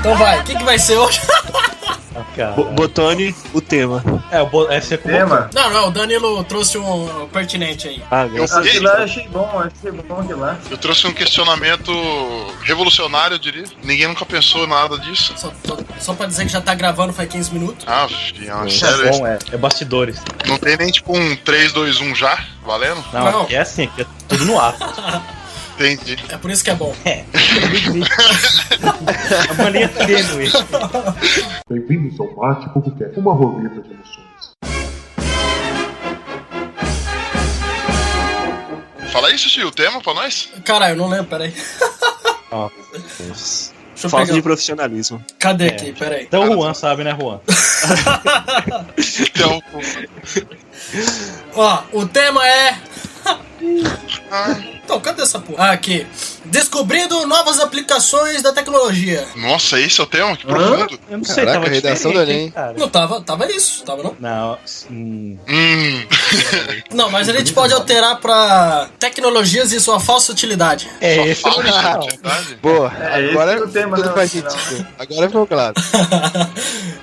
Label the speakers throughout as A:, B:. A: Então vai, o que, que vai ser hoje?
B: Bo- Botone, o tema.
C: É, o Bo- esse é com
D: Tema?
A: Não, não, o Danilo trouxe um pertinente aí.
B: Ah, graças
D: Ah,
B: a
D: de
E: Gente.
D: lá eu achei bom, achei bom de lá.
E: Eu trouxe um questionamento revolucionário, eu diria. Ninguém nunca pensou nada disso.
A: Só, só, só pra dizer que já tá gravando faz 15 minutos.
E: Ah, filha,
B: Deus.
E: sério.
C: Bom, é, é bastidores.
E: Não tem nem tipo um 3, 2, 1 já, valendo?
C: Não,
A: Não.
C: aqui é assim, aqui é tudo no ar.
E: Entendi.
A: É por isso que é bom.
C: É uma linha tênue.
F: Bem-vindos ao Mate Podcast, uma roleta de emoções.
E: Fala aí, Xuxi, o tema pra nós?
A: Caralho, eu não lembro, peraí. Deixa eu
B: Falta
A: pegar.
B: de profissionalismo. É.
A: Cadê aqui? Peraí.
C: Então o Juan sabe, né, Juan?
E: Então,
A: Ó, o tema é. Então, cadê essa porra? Ah, aqui. Descobrindo novas aplicações da tecnologia.
E: nossa, esse é o tema? Que profundo.
C: Eu não sei,
G: Caraca,
C: tava
G: a redação
C: diferente,
G: do Enem.
C: hein, cara.
A: Não tava, tava isso, tava não?
C: Não, hum,
E: Hum,
A: Não, mas a gente pode alterar pra tecnologias e sua falsa utilidade.
C: é
E: só né?
C: esse o
E: falta de
C: original.
E: identidade.
G: Boa,
D: É, esse
G: agora
D: é o tema,
G: tudo
D: né,
G: faz
D: afinal.
G: sentido. Agora ficou claro.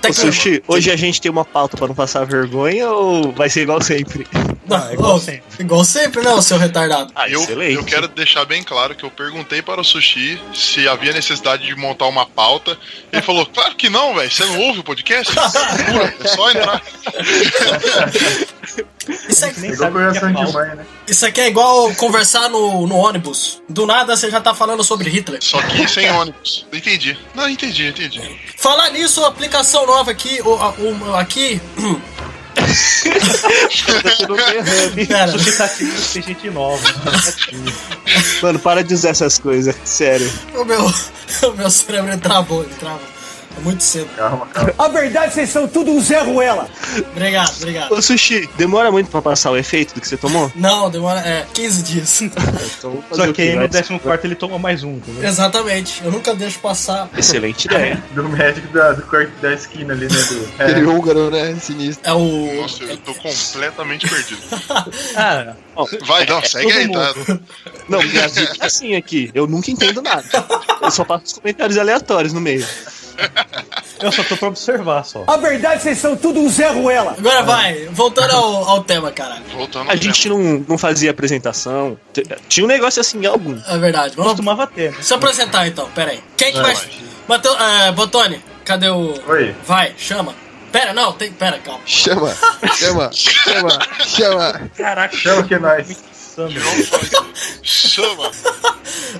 B: Ô, Sushi, hoje a gente tem uma pauta pra não passar vergonha ou vai ser igual sempre?
A: Não, igual sempre. Igual sempre, não, seu retardado.
B: Ah,
E: Eu, eu quero deixar bem claro que eu perguntei para o Sushi se havia necessidade de montar uma pauta. Ele falou, claro que não, velho. Você não ouve o podcast? Pura, é só entrar.
A: Isso aqui,
C: Nem
D: Pegou
C: sabe o que
D: coração
C: é
D: de
C: falta.
D: mãe, né?
A: isso aqui é igual conversar no, no ônibus. Do nada você já tá falando sobre Hitler.
E: Só que sem ônibus. Entendi. Não, entendi, entendi.
A: Falar nisso, a aplicação nova aqui, o, a- o- aqui. Pera.
C: Sushi tá aqui pra ser gente nova.
B: Mano, para de dizer essas coisas, sério.
A: O meu, o meu cérebro travou, ele travou. É muito cedo.
D: Calma, calma.
H: A verdade, vocês são tudo um Zé Ruela.
A: Obrigado, obrigado.
B: Ô, Sushi, demora muito pra passar o efeito do que você tomou?
A: Não, demora. É, 15 dias.
B: Então, vou fazer
C: Só
B: o
C: que aí
B: vai
C: no
B: ser-
C: 14 ele toma mais um, entendeu?
A: Exatamente. Eu nunca deixo passar.
B: Excelente ideia.
D: Do médico da, do corte da esquina ali, né? Do,
G: Aquele
D: é,
G: húngaro, né? Sinistro.
A: É o.
E: Nossa, eu tô completamente perdido.
C: Ah,
E: Vai, não, segue
C: todo
E: aí, tá?
B: Não, minha vida é assim aqui. Eu nunca entendo nada. Eu só passo os comentários aleatórios no meio.
C: eu só tô pra observar só.
H: A verdade, vocês são tudo um Zé Ruela.
A: Agora vai, voltando ao, ao tema, caralho.
E: Voltando
B: A
E: ao tema.
B: gente não, não fazia apresentação. T- Tinha um negócio assim, algum.
A: É verdade. Vamos
C: Costumava ter, né?
A: se apresentar então, pera aí. Quem que vai. Mateu, é, Botone, cadê o.
D: Oi.
A: Vai, chama. Pera, não, tem. Pera, calma.
G: Chama, chama, chama, chama.
C: Caraca,
D: chama que é nós.
C: insano.
E: Chama!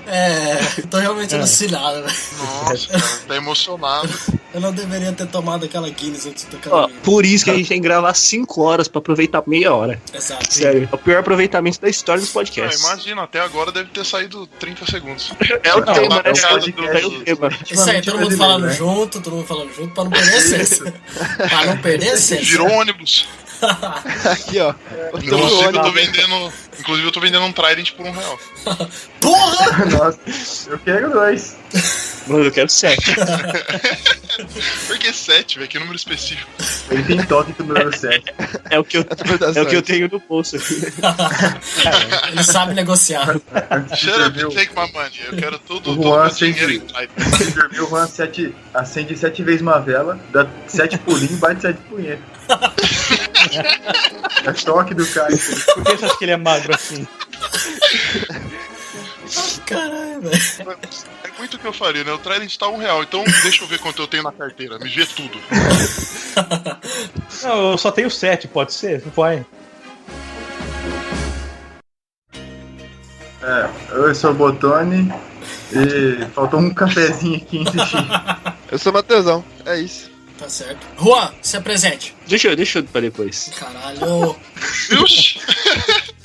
A: É. Tô realmente alucinado, né?
E: Nossa, cara, tá emocionado.
A: Eu não deveria ter tomado aquela Guinness antes do
B: Ó,
A: caminho.
B: por isso que a gente tem que gravar 5 horas pra aproveitar meia hora.
A: Exato.
B: Sério, é o pior aproveitamento da história dos
E: Não,
B: podcasts.
E: Ah, imagina, até agora deve ter saído 30 segundos.
B: É o
D: Não,
B: tema,
E: é
B: né?
E: o
B: cara?
E: podcast.
B: É o tema.
A: Isso aí, todo mundo
D: Ultimamente
A: falando
D: brasileiro,
A: junto, todo mundo falando junto pra não perder a essência. pra não perder a essência.
E: Virou ônibus.
G: Aqui, ó.
E: Inclusive eu, tô vendendo, inclusive, eu tô vendendo um Trident por um real.
A: Porra!
D: né? Nossa, eu quero dois.
B: Mano, eu quero sete.
E: Por que 7, velho? Que número específico.
D: Ele tem toque do número 7.
B: É o que eu,
G: Interpretações.
B: é o que eu tenho no bolso aqui.
A: Ele sabe negociar.
E: Shut up, take my money. Eu quero tudo,
D: O
E: todo
D: Juan
E: meu
D: sempre-
E: dinheiro em Trident.
D: Se dormir, o Juan sete, acende sete vezes uma vela, dá sete pulinhos e bate sete punhetas. É toque do cara.
C: Por que você acha que ele é magro assim?
A: Caralho, velho.
E: É muito o que eu faria, né? O Trident tá um real. Então deixa eu ver quanto eu tenho na carteira. Me vê tudo.
C: Não, eu só tenho sete, pode ser? Vai.
D: É, eu sou o Botone e faltou um cafezinho aqui em xixi.
G: Eu sou Mateusão, é isso.
A: Tá certo. Juan, se apresente.
B: Deixa eu, deixa eu pra depois.
A: Caralho,
E: Oxi,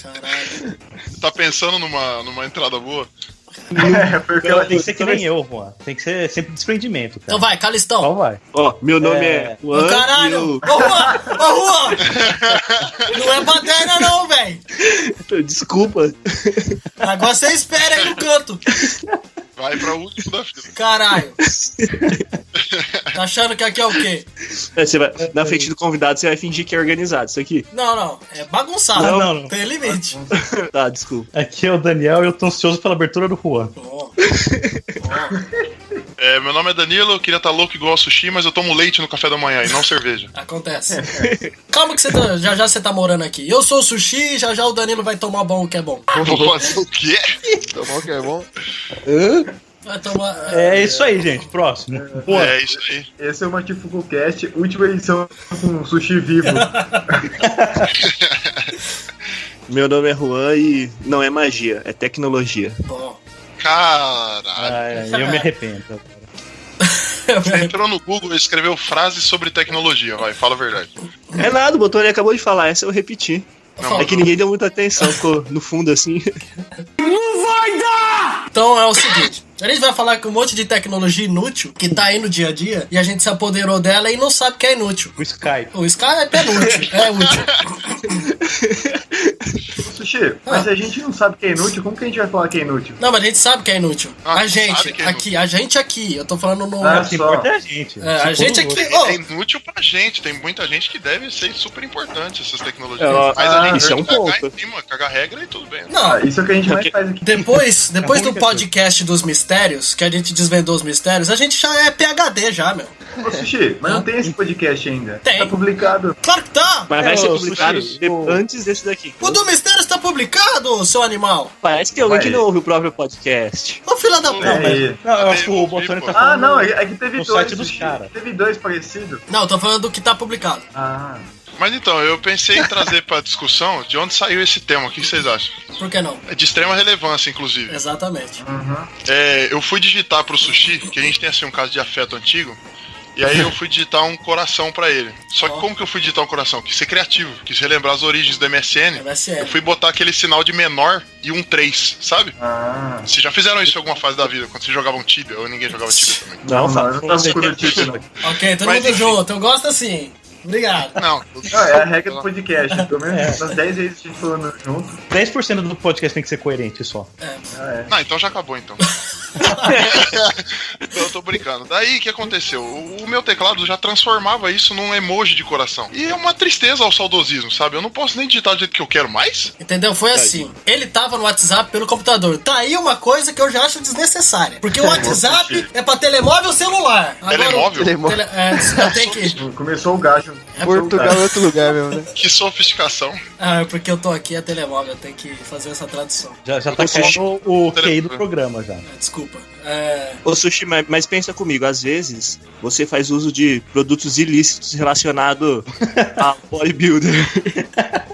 A: caralho.
E: tá pensando numa, numa entrada boa?
D: É, foi o que ela
C: tem que ser que
D: disse.
C: nem eu, Juan. Tem que ser sempre desprendimento, cara.
A: Então vai,
C: Qual
A: Calistão.
C: vai?
B: Ó, meu nome é,
C: É.
A: Ô,
B: Juan.
A: caralho! Ô, Juan! Ô, Juan! Não é baderna, não, velho.
B: e eu- Desculpa.
A: Agora você espera aí no canto.
E: Vai pra último da fila.
A: Caralho. Tá achando que aqui é o quê?
B: É, Você vai, na frente do convidado, você vai fingir que é organizado. Isso aqui.
A: Não, não. É bagunçado.
C: Não, não, não.
A: Tem limite.
B: Tá, desculpa.
C: Aqui é o Daniel e eu tô ansioso pela abertura do Juan.
A: Ó, ó.
E: É, meu nome é Danilo, eu queria estar louco igual a sushi, mas eu tomo leite no café da manhã e não cerveja.
A: Acontece. Calma que você tá- já já você tá morando aqui. Eu sou o Sushi, já já o Danilo vai tomar bom o que é bom.
E: Nossa, o quê?
G: Tomou que é bom.
A: Vai tomar...
C: É isso aí, gente. Próximo. Boa.
E: É isso aí.
D: Esse é o Matifuco Cast, última edição com sushi vivo.
B: Meu nome é Juan e não é magia, é tecnologia.
A: Bom.
E: Caralho.
C: Ai, Ah, é, eu me arrependo.
E: Você entrou no Google e escreveu frases sobre tecnologia, vai, fala a verdade.
B: É nada, o Botoni acabou de falar, essa eu repeti.
E: Não,
B: É que ninguém deu muita atenção, ficou no fundo assim.
A: Então é o seguinte, a gente vai falar com um monte de tecnologia inútil que tá aí no dia a dia e a gente se apoderou dela e não sabe que é inútil.
C: O Skype.
A: O Skype é inútil, é útil.
D: sushi, mas se a gente não sabe que é inútil, como que a gente vai falar que é inútil?
A: Não, mas a gente sabe que é inútil.
E: Ah,
A: a gente
E: sabe que é
A: aqui, a gente aqui, eu tô falando no...
D: Ah,
C: O que
D: só.
C: importa é a gente.
A: é, a
C: Se for
A: gente
C: no-
A: aqui...
E: É
A: Ô,
E: inútil pra gente, tem muita gente que deve ser super importante essas tecnologias.
B: Ah,
E: Mas a gente
B: isso é um
E: cagar
B: ponto.
E: em cima, cagar regra e tudo bem.
A: não,
D: Ah, isso é o que a gente mais faz aqui.
A: Depois, depois
C: É a
A: do
C: única
A: podcast dos mistérios, que a gente desvendou os mistérios, a gente já é PHD já, meu.
D: Ô, sushi, mas não tem esse podcast ainda.
A: Tem.
D: Tá publicado.
A: Claro que tá!
B: Mas vai
C: É,
B: ser
C: ô,
B: publicado
C: Sushi,
B: de-
C: ô.
B: antes desse daqui.
A: O do mistério está publicado, seu animal!
B: Parece que tem alguém
D: Vai.
B: que não ouve o próprio podcast.
A: Ô filha da
E: Não,
A: puta!
D: mas-
C: Não, Não, eu acho que o Botoni tá falando.
D: Ah, não, é, é que teve
C: No
D: dois.
C: site dos
D: sushi.
C: cara.
D: Teve dois parecidos.
A: Não, eu tô falando do que tá publicado.
D: Ah,
E: Mas então, eu pensei em trazer pra discussão de onde saiu esse tema, o que vocês acham?
A: Por que não?
E: É de extrema relevância, inclusive.
A: Exatamente.
E: É, eu fui digitar pro sushi, que a gente tem assim um caso de afeto antigo. E aí eu fui digitar um coração pra ele. Só que como que eu fui digitar um coração? Quis ser criativo, quis relembrar as origens do MSN.
A: MSN.
E: Eu fui botar aquele sinal de menor e um 3, sabe?
D: ah.
E: Vocês já fizeram isso em alguma fase da vida, quando vocês jogavam Tibia, ou ninguém jogava Tibia também?
D: Não, não,
C: fala-
D: eu não tava com o notícia, não.
A: Ok, todo
E: Mas
A: mundo
E: enfim.
A: junto, eu gosto assim. Obrigado.
E: Não.
D: Ah, é a regra do podcast. Pelo menos umas 10 vezes a gente falando junto.
C: 10% do podcast tem que ser coerente só.
E: Não, então já acabou então. Então eu tô brincando. Daí o que aconteceu? O, o meu teclado já transformava isso num emoji de coração. E é uma tristeza ao saudosismo, sabe? Eu não posso nem digitar do jeito que eu quero mais.
A: Entendeu? Foi assim. Ele tava no WhatsApp pelo computador. Tá aí uma coisa que eu já acho desnecessária. Porque o WhatsApp é pra telemóvel e celular. Agora,
E: Telemóvel?
A: Tele... É, eu tenho que.
D: Começou o gajo.
A: É
G: Portugal é outro lugar mesmo, né?
E: Que sofisticação.
A: Ah, é porque eu tô aqui, é telemóvel, eu tenho que fazer essa tradução.
C: Já, já tá
B: Sushi.
C: caindo o QI do programa já.
A: É, Desculpa. É,
B: Ô Sushi, mas, mas pensa comigo, às vezes você faz uso de produtos ilícitos relacionados a bodybuilder.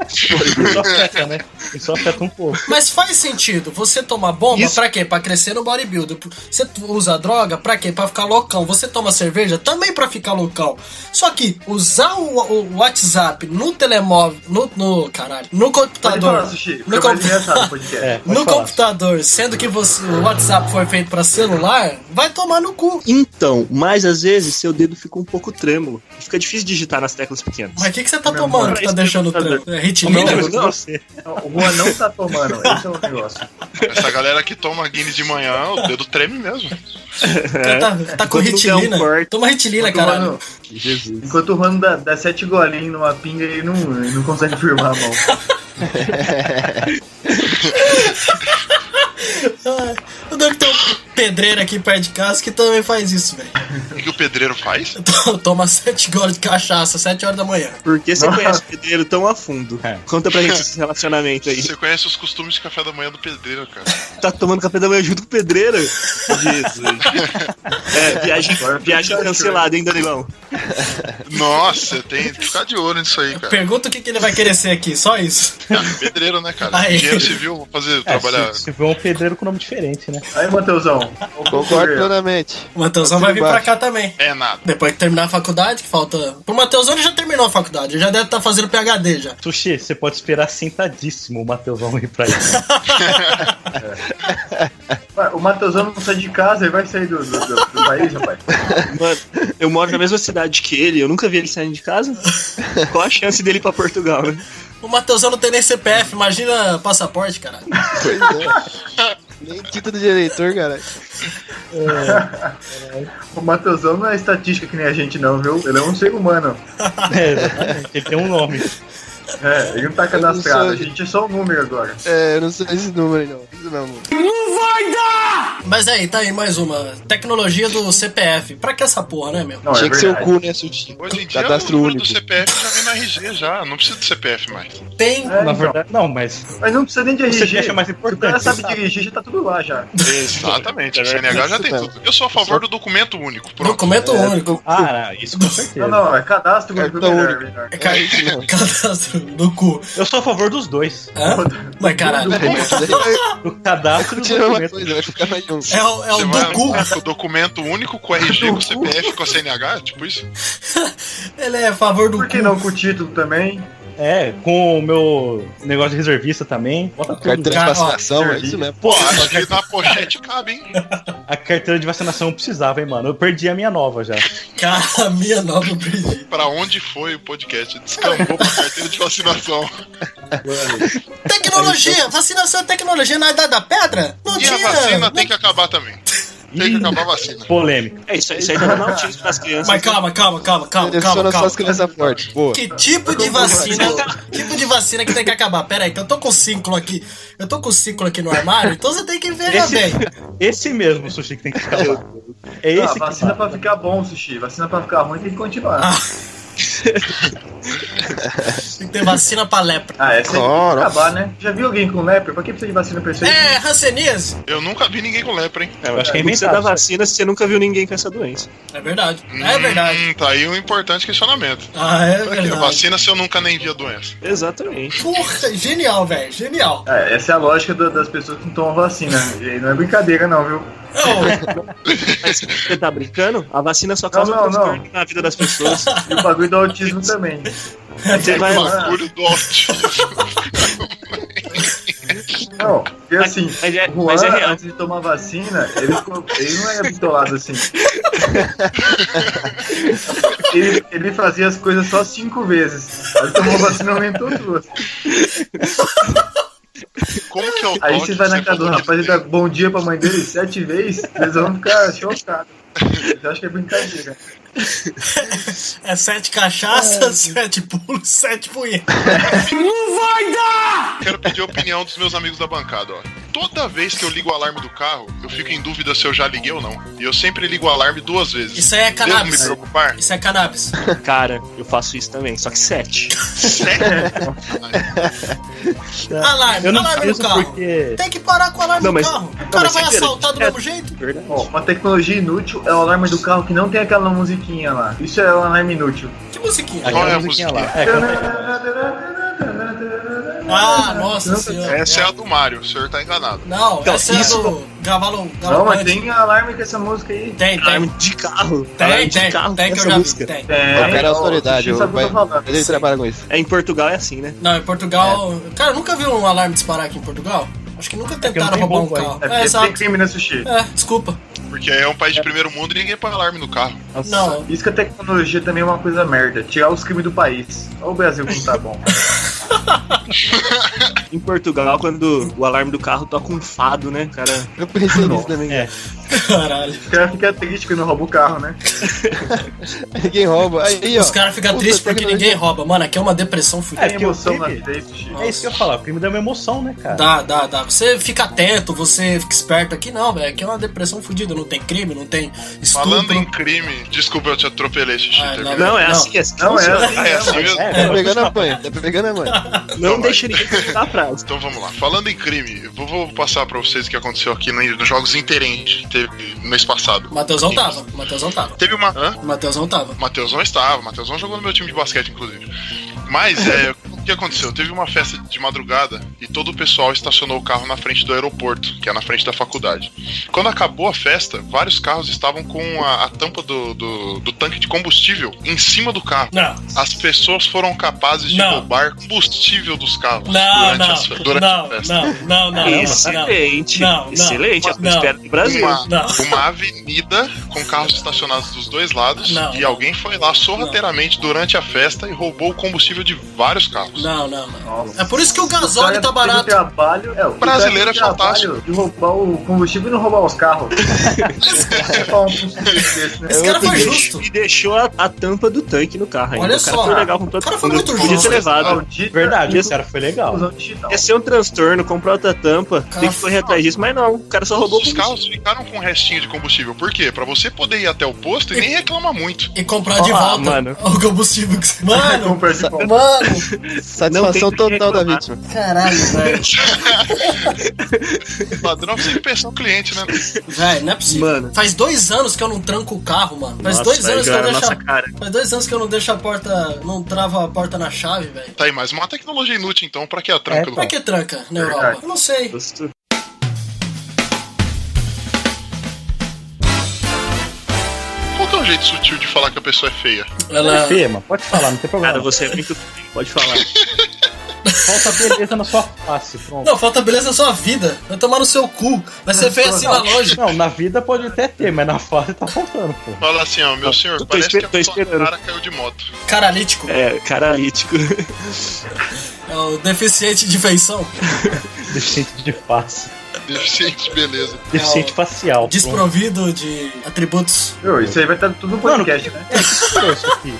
C: Só afeta, né? Isso afeta um pouco.
A: Mas faz sentido você tomar bomba pra quê? Pra crescer no bodybuilder. Você usa droga pra quê? Pra ficar loucão. Você toma cerveja também pra ficar loucão. Só que usar o, o WhatsApp no telemóvel. No, no- caralho. No
D: Pode falar,
A: computador.
D: Então, Sushi. Foi
A: No,
D: mais
A: compu-
D: engraçado o podcast.
C: É, pode
A: no
C: falar.
A: computador, sendo que você- o WhatsApp foi feito pra celular, vai tomar no cu.
B: Então, mas às vezes seu dedo fica um pouco trêmulo. Fica difícil digitar nas teclas pequenas.
A: Mas o que, que você tá tomando que tá deixando o trampo? É
C: Não,
A: ritalina?
B: um
C: mas você.
D: Não, O Juan não tá tomando, esse é o negócio.
E: Essa galera que toma Guinness de manhã, o dedo treme mesmo.
A: Tá, tá com
B: Quando não der um
A: ritalina?
B: corte.
A: Toma ritalina,
D: Enquanto o Juan
A: caralho.
D: não- Enquanto o Juan dá, dá sete golinhos numa pinga e não, e não consegue firmar a mão.
A: Ah, O Doug tem um pedreiro aqui perto de casa que também faz isso, velho.
E: O que que o pedreiro faz?
A: To- Toma 7 goles de cachaça, 7 horas da manhã.
B: Por que você
D: Nossa.
B: conhece o pedreiro tão a fundo?
C: É.
B: Conta pra gente esse relacionamento aí.
E: Você conhece os costumes de café da manhã do pedreiro, cara.
B: Tá tomando café da manhã junto com o pedreiro? Jesus. É, viagem,
C: tá
B: viagem cancelada, hein, Danilão?
E: Nossa, tem que ficar de olho nisso aí, cara.
A: Pergunta o que, que ele vai querer ser aqui, só isso.
E: Ah, Pedreiro, né, cara?
A: Aí.
E: Engenheiro civil, vou fazer,
C: É,
E: trabalhar.
C: se, se for um pedreiro com nome diferente, né?
D: Aí, Matheusão.
G: Concordo plenamente.
A: O Matheusão vai vir pra cá também.
E: É nada.
A: Depois que terminar a faculdade, que falta. Pro Matheusão ele já terminou a faculdade, ele já deve estar fazendo PHD já.
C: Sushi, você pode esperar sentadíssimo o Matheusão ir pra isso.
D: O Matheusão não sai de casa, ele vai sair do, do- do- do país, rapaz.
B: Mano, eu moro na mesma cidade que ele, eu nunca vi ele saindo de casa. Qual a chance dele ir pra Portugal, né?
A: O Matheusão não tem nem CPF, imagina passaporte, caralho.
G: Pois é. Nem título de eleitor, cara.
D: O Matheusão não é estatística que nem a gente, não, viu? Ele é um ser humano.
C: é, exatamente. Ele tem um nome.
D: É, ele não tá
G: Eu
D: cadastrado,
G: não
D: a
G: sei.
D: gente é só um número agora.
G: É, eu não sei esse número aí, não. Isso mesmo.
A: Mas aí, tá aí mais uma. Tecnologia do CPF. Pra que essa porra, né, meu?
D: Não,
G: Tinha
D: é
G: que ser o
D: verdade.
G: cu, né, Sutinho?
E: Hoje em dia
G: Cadastro
E: o número
G: único.
E: do CPF já vem na RG já, não precisa do CPF mais.
A: Tem.
D: É,
C: Na
D: então.
C: verdade, não, mas
D: Mas não precisa nem de
C: Você
D: RG.
C: acha mais
D: Se o cara
C: importante,
D: sabe
C: sabe?
D: dirigir, já tá tudo lá já.
E: Exatamente, o CNH já tem
G: Isso,
E: tudo. Eu sou a favor do documento único. Pronto.
A: Documento único.
C: Ah, não, isso com
D: Não,
C: certeza.
D: não, é cadastro único
G: Cartão
D: melhor,
G: único.
D: melhor.
A: É ca- Cadastro do cu.
C: Eu sou a favor dos dois.
A: Hã? Mas caralho.
C: Do cadastro e do
G: Continua uma
C: documento.
G: coisa, vai ficar mais um.
A: É o, é o
E: Você
A: do
E: vai
A: cu.
E: com o documento único, com RG, com CPF, com a CNH, tipo isso?
A: Ele é a favor do
D: Por que
A: cu.
D: não com o título também?
C: É, com o meu negócio de reservista também. Bota tudo.
G: Carteira de
A: Cara, ó,
G: vacinação, é isso mesmo.
C: Pô,
E: Acho que na pochete cabe, hein?
C: a carteira de vacinação eu precisava, hein, mano. Eu perdi a minha nova já.
A: Cara, minha nova eu perdi.
E: Pra onde foi o podcast? Descambou pra carteira de vacinação.
A: Tecnologia! Vacinação é tecnologia na idade da pedra? Não
E: E a
A: tinha.
E: vacina tem que acabar também. Tem que acabar a vacina.
C: Polêmica.
B: É isso, aí- isso aí tá dando autismo pras crianças.
A: Mas calma, calma, calma, calma, calma,
G: Direciona é só
A: calma.
G: as crianças fortes. Boa.
A: Que tipo de vacina? tipo de vacina que tem que acabar? Pera aí, que eu tô com o ciclo aqui. Eu tô com o ciclo aqui no armário, então você tem que ver
C: Esse,
A: bem.
C: esse mesmo sushi que tem que acabar. É
D: Ah,
C: esse que
D: vacina
C: mata.
D: pra ficar bom, Sushi. Vacina pra ficar ruim tem que continuar.
A: Ah. Tem que ter vacina pra lepra.
D: Ah, essa aí tem
G: Claro.
D: que acabar, né? Já viu alguém com lepra? Pra que precisa de vacina pra isso aí?
A: É, Hanseníase.
E: Eu nunca vi ninguém com lepra, hein?
B: É, eu acho que é
C: É,
B: inventado. Você
C: inventado,
B: dá
C: isso aí.
B: vacina, você nunca viu ninguém com essa doença.
A: É verdade. É verdade.
E: Hum, tá aí um importante questionamento.
A: Ah, é
E: Pra que a
A: verdade.
E: vacina se eu nunca nem vi a doença?
B: Exatamente.
A: Porra, genial, velho. Genial.
D: É, essa é a lógica do- das pessoas que não tomam vacina. E aí não é brincadeira, não, viu?
A: Não,
B: Mas você tá brincando? A vacina só causa
D: Não, não,
B: transtorno na vida das pessoas.
D: E o bagulho do autismo também.
B: Você vai,
E: O É um bagulho do autismo.
D: Não, porque
B: Mas-
D: assim,
B: mas é-
D: o Juan,
B: mas é real.
D: antes de tomar vacina, ele, ficou- ele não era bitolado assim. Ele, ele fazia as coisas só cinco vezes. Aí tomou vacina e aumentou duas.
E: Como que é o
D: Aí
E: toque
D: você vai na
E: que
D: casa do
E: falou?
D: rapaz e dá bom dia pra mãe dele sete vezes, eles vão ficar chocados. Eu acho que é brincadeira.
A: é sete cachaças, sete pulos, sete punhetas.
E: Quero pedir a opinião dos meus amigos da bancada, ó. Toda vez que eu ligo o alarme do carro, eu fico em dúvida se eu já liguei ou não. E eu sempre ligo o alarme duas vezes.
A: Isso aí é
E: Devo me
A: cannabis.
E: preocupar?
A: Isso é cannabis.
B: cara, eu faço isso também, só que sete.
A: Alarme,
C: Eu não
A: alarme no
C: preciso
A: carro.
C: porque.
A: Tem que parar com o alarme
B: Não,
A: do
B: mas-
A: carro. O
B: não,
A: cara
B: mas
A: vai
B: sem querer.
A: assaltar do
B: É.
A: mesmo jeito.
B: Verdade.
D: Ó, uma tecnologia inútil é o alarme do carro que não tem aquela musiquinha lá. Isso é um alarme inútil.
A: Que musiquinha.
E: Qual é
C: Aquela
E: a
C: musiquinha
E: musiquinha?
C: lá. É, canta
A: Ah, nossa senhora.
E: Essa é a do Mario, o senhor tá enganado.
A: Não,
B: Então,
A: essa é
B: isso-
A: do Gavalo.
D: Não, mas
A: Galavante.
D: tem alarme com essa música aí.
A: Tem,
B: Alarme
A: tem.
B: de carro.
A: Tem,
B: alarme de
A: tem,
B: carro.
A: tem que eu
B: essa
A: já vi.
B: música.
A: Tem.
D: É,
G: O cara é
D: ó,
G: autoridade,
D: o Sushi sabe o
G: o
D: que eu
G: pai-
D: tô falando.
G: mas ele trabalha com isso.
B: É, em Portugal é assim, né?
A: Não, em Portugal. Cara, eu nunca vi um alarme disparar aqui em Portugal. Acho que nunca
C: que não
A: tentaram
C: tem
A: roubar um
C: roubo aí.
A: carro.
D: É
A: É,
D: porque tem
A: exato.
D: crime, né, Sushi?
A: É, desculpa.
E: Porque é um país de primeiro mundo e ninguém põe alarme no carro.
A: Não.
D: Isso que a tecnologia também é uma coisa merda. Tirar os crimes do país. Olha o Brasil como tá bom.
B: Em Portugal, quando o alarme do carro toca um fado, né, cara?
G: Eu pensei nisso também.
C: É.
A: Caralho.
D: Os caras ficam tristes que não rouba o carro, né?
G: Ninguém rouba. Aí, ó.
A: Os caras ficam
G: Puta,
A: tristes porque
G: tecnologia.
A: ninguém rouba. Mano, aqui é uma depressão fudida.
D: Tem
C: porque
D: emoção
C: o
D: na
C: crime-
D: vida aí, Sushi.
C: É isso que eu ia falar. O crime dá uma emoção, né, cara?
A: Dá, dá, dá. Você fica atento, você fica esperto aqui, não, velho. Aqui é uma depressão fudida. Não tem crime, não tem estupro.
E: Falando em crime, desculpa, eu te atropelei, Xixi.
A: Ah, não.
E: tá ligado?
B: Não, é
A: Não.
B: assim, é assim. que
D: Não é,
B: funciona.
E: Ah, é assim mesmo?
C: É,
G: Tá
C: vai
G: pegando
C: continuar.
G: a mãe, tá pegando a mãe.
B: Não deixa ninguém contar a frase.
E: Então vamos lá. Falando em crime, eu vou, vou passar pra vocês o que aconteceu aqui no- nos jogos interentes que teve no mês passado.
A: Matheusão tava, Matheusão tava.
E: Teve uma. Hã?
A: Matheusão tava.
E: Matheusão estava, Matheusão jogou no meu time de basquete, inclusive. Mas é, o que aconteceu? Teve uma festa de madrugada e todo o pessoal estacionou o carro na frente do aeroporto, que é na frente da faculdade. Quando acabou a festa, vários carros estavam com a, a tampa do, do- do tanque de combustível em cima do carro.
A: Não,
E: As pessoas foram capazes de
A: Não.
E: roubar combustível dos carros
A: não,
E: durante, a,
A: não,
E: durante a
A: não,
E: festa.
A: não, não, não, não, não,
B: Excelente.
A: Não, não.
B: Excelente. é o que eu
A: Não.
B: espero do Brasil.
A: Não.
E: Uma, uma avenida com carros estacionados dos dois lados
A: Não.
E: e alguém foi lá sorrateiramente durante a festa e roubou o combustível de vários carros.
A: Não, não, não.
D: Nossa.
A: É por isso que o
D: O cara
A: gasóleo tá
D: teve
A: barato.
D: Trabalho, é, o
E: Brasileiro
D: cara
E: é
D: teve trabalho De roubar o combustível e não roubar os carros. É só um combustível desse, né?
A: Esse cara foi
B: E
A: justo.
B: deixou- E deixou a, a tampa do tanque no carro ainda.
A: Olha
B: o cara
A: só.
B: foi legal com todo
A: O cara foi
B: mundo.
A: muito
B: Podia
A: justo.
B: ser levado.
D: Maldita
C: Verdade, esse cara foi legal.
D: inclusão digital.
B: Ia ser um transtorno, comprar outra tampa, tem que correr atrás disso, mas não, o cara só roubou o
E: Os
B: carro.
E: carros ficaram com o restinho de combustível. Por quê? Pra você poder ir até o posto e nem reclamar muito.
A: E comprar de
B: Ah,
A: volta
B: mano.
A: o combustível que você. tá Mano,
D: Compra de volta.
A: mano,
G: Satisfação
B: Não tem que
G: total da
B: reclamar.
G: vítima.
A: caralho, velho.
E: Ladrão sempre pensa no cliente, né?
A: Velho, não é possível.
B: Mano.
A: Faz dois anos que eu não tranco o carro, mano. Faz
B: Nossa,
A: dois
B: velho,
A: anos que eu
B: cara,
A: não deixo.
B: nossa
A: a-
B: cara.
A: Faz dois anos que eu não deixo a porta. Não travo a porta na chave, velho.
E: Tá aí, mais uma tecnologia inútil, então, pra que a tranca
C: É,
E: do
A: Pra que tranca na Europa? Eu não sei.
E: Qual que é um jeito sutil de falar que a pessoa é feia?
D: Tá.
A: Ela.
C: Fê, mano, pode falar, não tem problema.
B: Cara, você é muito. Pode falar.
C: Falta beleza na sua face, pronto.
A: Não, falta beleza na sua vida. Vai tomar no seu cu. Vai ser feio assim lá longe.
C: Não, na vida pode até ter, mas na face tá faltando, pô.
E: Fala assim, ó, meu senhor,
B: tô
E: parece
B: esper-
E: que a
B: tô
E: sua
B: esperando.
E: cara caiu de moto.
A: Caralítico.
B: É, caralítico.
A: É o deficiente de feição.
C: Deficiente de face.
E: Deficiente, beleza.
C: Deficiente
A: o-
C: facial. Pronto.
A: Desprovido de atributos.
D: Meu, isso aí vai estar tudo no podcast, né?
C: É, que que é isso aqui?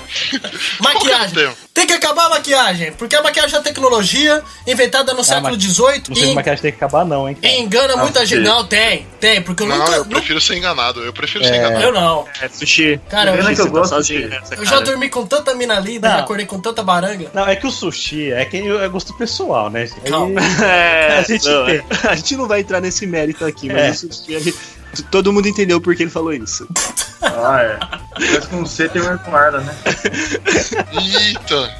A: Maquiagem.
E: Qual que é o tema?
A: Tem que acabar a maquiagem. Porque a maquiagem é uma tecnologia inventada no século
C: mas-
A: XVIII
C: Não sei
A: e,
C: como é que a gente tem que acabar, não, hein?
A: e
C: Cara.
A: engana muita
D: sim.
A: gente. Não, tem. Tem, porque eu
E: Não,
A: nunca...
E: eu
A: nunca-
E: prefiro ser enganado. Eu prefiro ser
C: É.
E: enganado.
A: Eu não.
B: É, sushi.
A: Cara, eu,
D: Pena que eu
B: Você tá
D: gosto
B: sozinho
D: de-
B: nessa,
A: eu já
B: cara.
A: dormi com tanta mina linda,
C: Não.
A: já acordei com tanta baranga.
C: Não, é que o sushi é que é gosto pessoal, né? Aí-
A: Calma.
B: É,
C: A gente
B: não,
C: tem.
B: a gente não vai entrar nesse mérito aqui, mas
C: É.
B: o sushi, a gente- todo mundo entendeu por que ele falou isso.
D: Ah, é. Mas com C tem um com Arda, né?
E: Eita!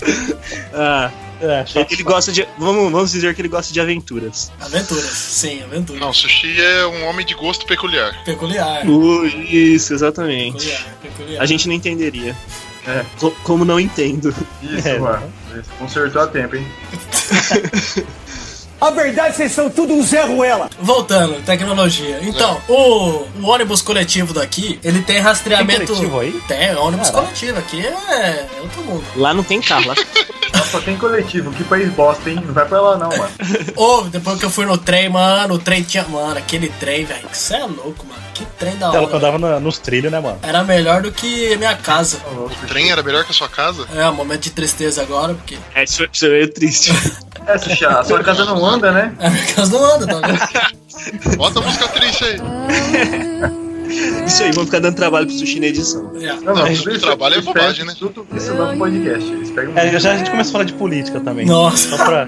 B: Ah,
C: É, chato.
B: ele gosta de. Vamos, vamos dizer que ele gosta de aventuras.
A: Aventuras. Sim, aventura.
E: Não, sushi é um homem de gosto peculiar.
A: Peculiar.
B: Ui, isso, exatamente.
A: Peculiar. Peculiar.
B: A gente não entenderia.
D: É.
B: Co- como não entendo.
D: Isso,
C: É.
D: mano. Consertou a tempo, hein?
H: A verdade, vocês são tudo um Zé Ruela.
A: Voltando, tecnologia. Então, o, o ônibus coletivo daqui, ele tem rastreamento.
C: Tem coletivo aí?
A: Tem, é ônibus
C: Caralho.
A: coletivo aqui é, é outro mundo.
B: Lá não tem carro. Lá...
D: Só tem coletivo. Que país bosta, hein? Não vai pra lá, não, mano.
A: Ou, depois que eu fui no trem, mano, o trem tinha. Mano, aquele trem, velho. que Você é louco, mano. Que trem da
C: Até louco, eu
A: hora.
C: andava na- nos trilhos, né, mano?
A: Era melhor do que a minha casa.
E: O trem era melhor que a sua casa?
A: É, um momento de tristeza agora, porque
B: É, isso, isso é meio triste.
D: É, Sushi, a sua casa não anda, né?
A: a minha casa não anda, tá vendo?
E: Bota a música triste aí.
B: Isso aí, vão ficar dando trabalho pro sushi na edição.
A: É.
D: Não, não,
E: Acho que trabalho é
D: eles
E: bobagem,
D: pegam
E: né?
D: Tudo isso dá um podcast. Eles pegam
C: É, já a gente começa a falar de política também.
A: Nossa.
C: Só pra...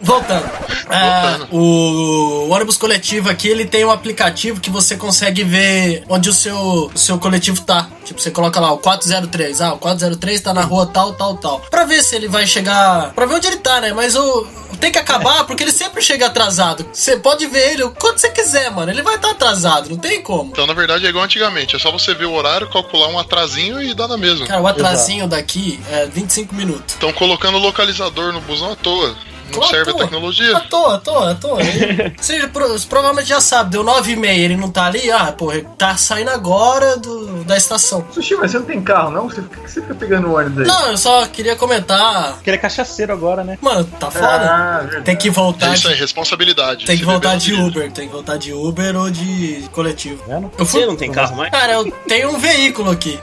A: Voltando. É, o ônibus coletivo aqui, ele tem um aplicativo que você consegue ver onde o seu, o seu coletivo tá. Tipo, você coloca lá o 403. Ah, o 403 tá na rua tal, tal, tal. Pra ver se ele vai chegar. Pra ver onde ele tá, né? Mas o. Tem que acabar porque ele sempre chega atrasado. Você pode ver ele quando você quiser, mano. Ele vai estar atrasado, não tem como.
E: Então, na verdade, é igual antigamente. É só você ver o horário, calcular um atrasinho e dar na mesma.
A: Cara, o atrasinho daqui é 25 minutos.
E: Estão colocando localizador no busão à toa. Não
A: Claro, Ah, à
E: serve a
A: toa. À
E: tecnologia.
A: toa, à toa, à toa. Ele- Você pro- você provavelmente já sabe, deu 9 e meia, ele não tá ali, ah, pô, ele tá saindo agora do, da estação.
D: Sushi, mas você não tem carro, não? Você- Por que você fica pegando o ônibus aí?
A: Não, eu só queria comentar.
C: Porque ele é cachaceiro agora, né?
A: Mano, tá foda.
D: Ah, verdade.
A: Tem que
E: É
A: voltar
E: isso aí,
A: de,
E: responsabilidade.
A: tem que
E: Se
A: voltar
E: beber,
A: de
E: não dirija.
A: Uber, tem que voltar de Uber ou de coletivo.
C: Vendo?
A: Eu
B: Você não tem carro mais?
A: Cara, eu tenho um veículo aqui.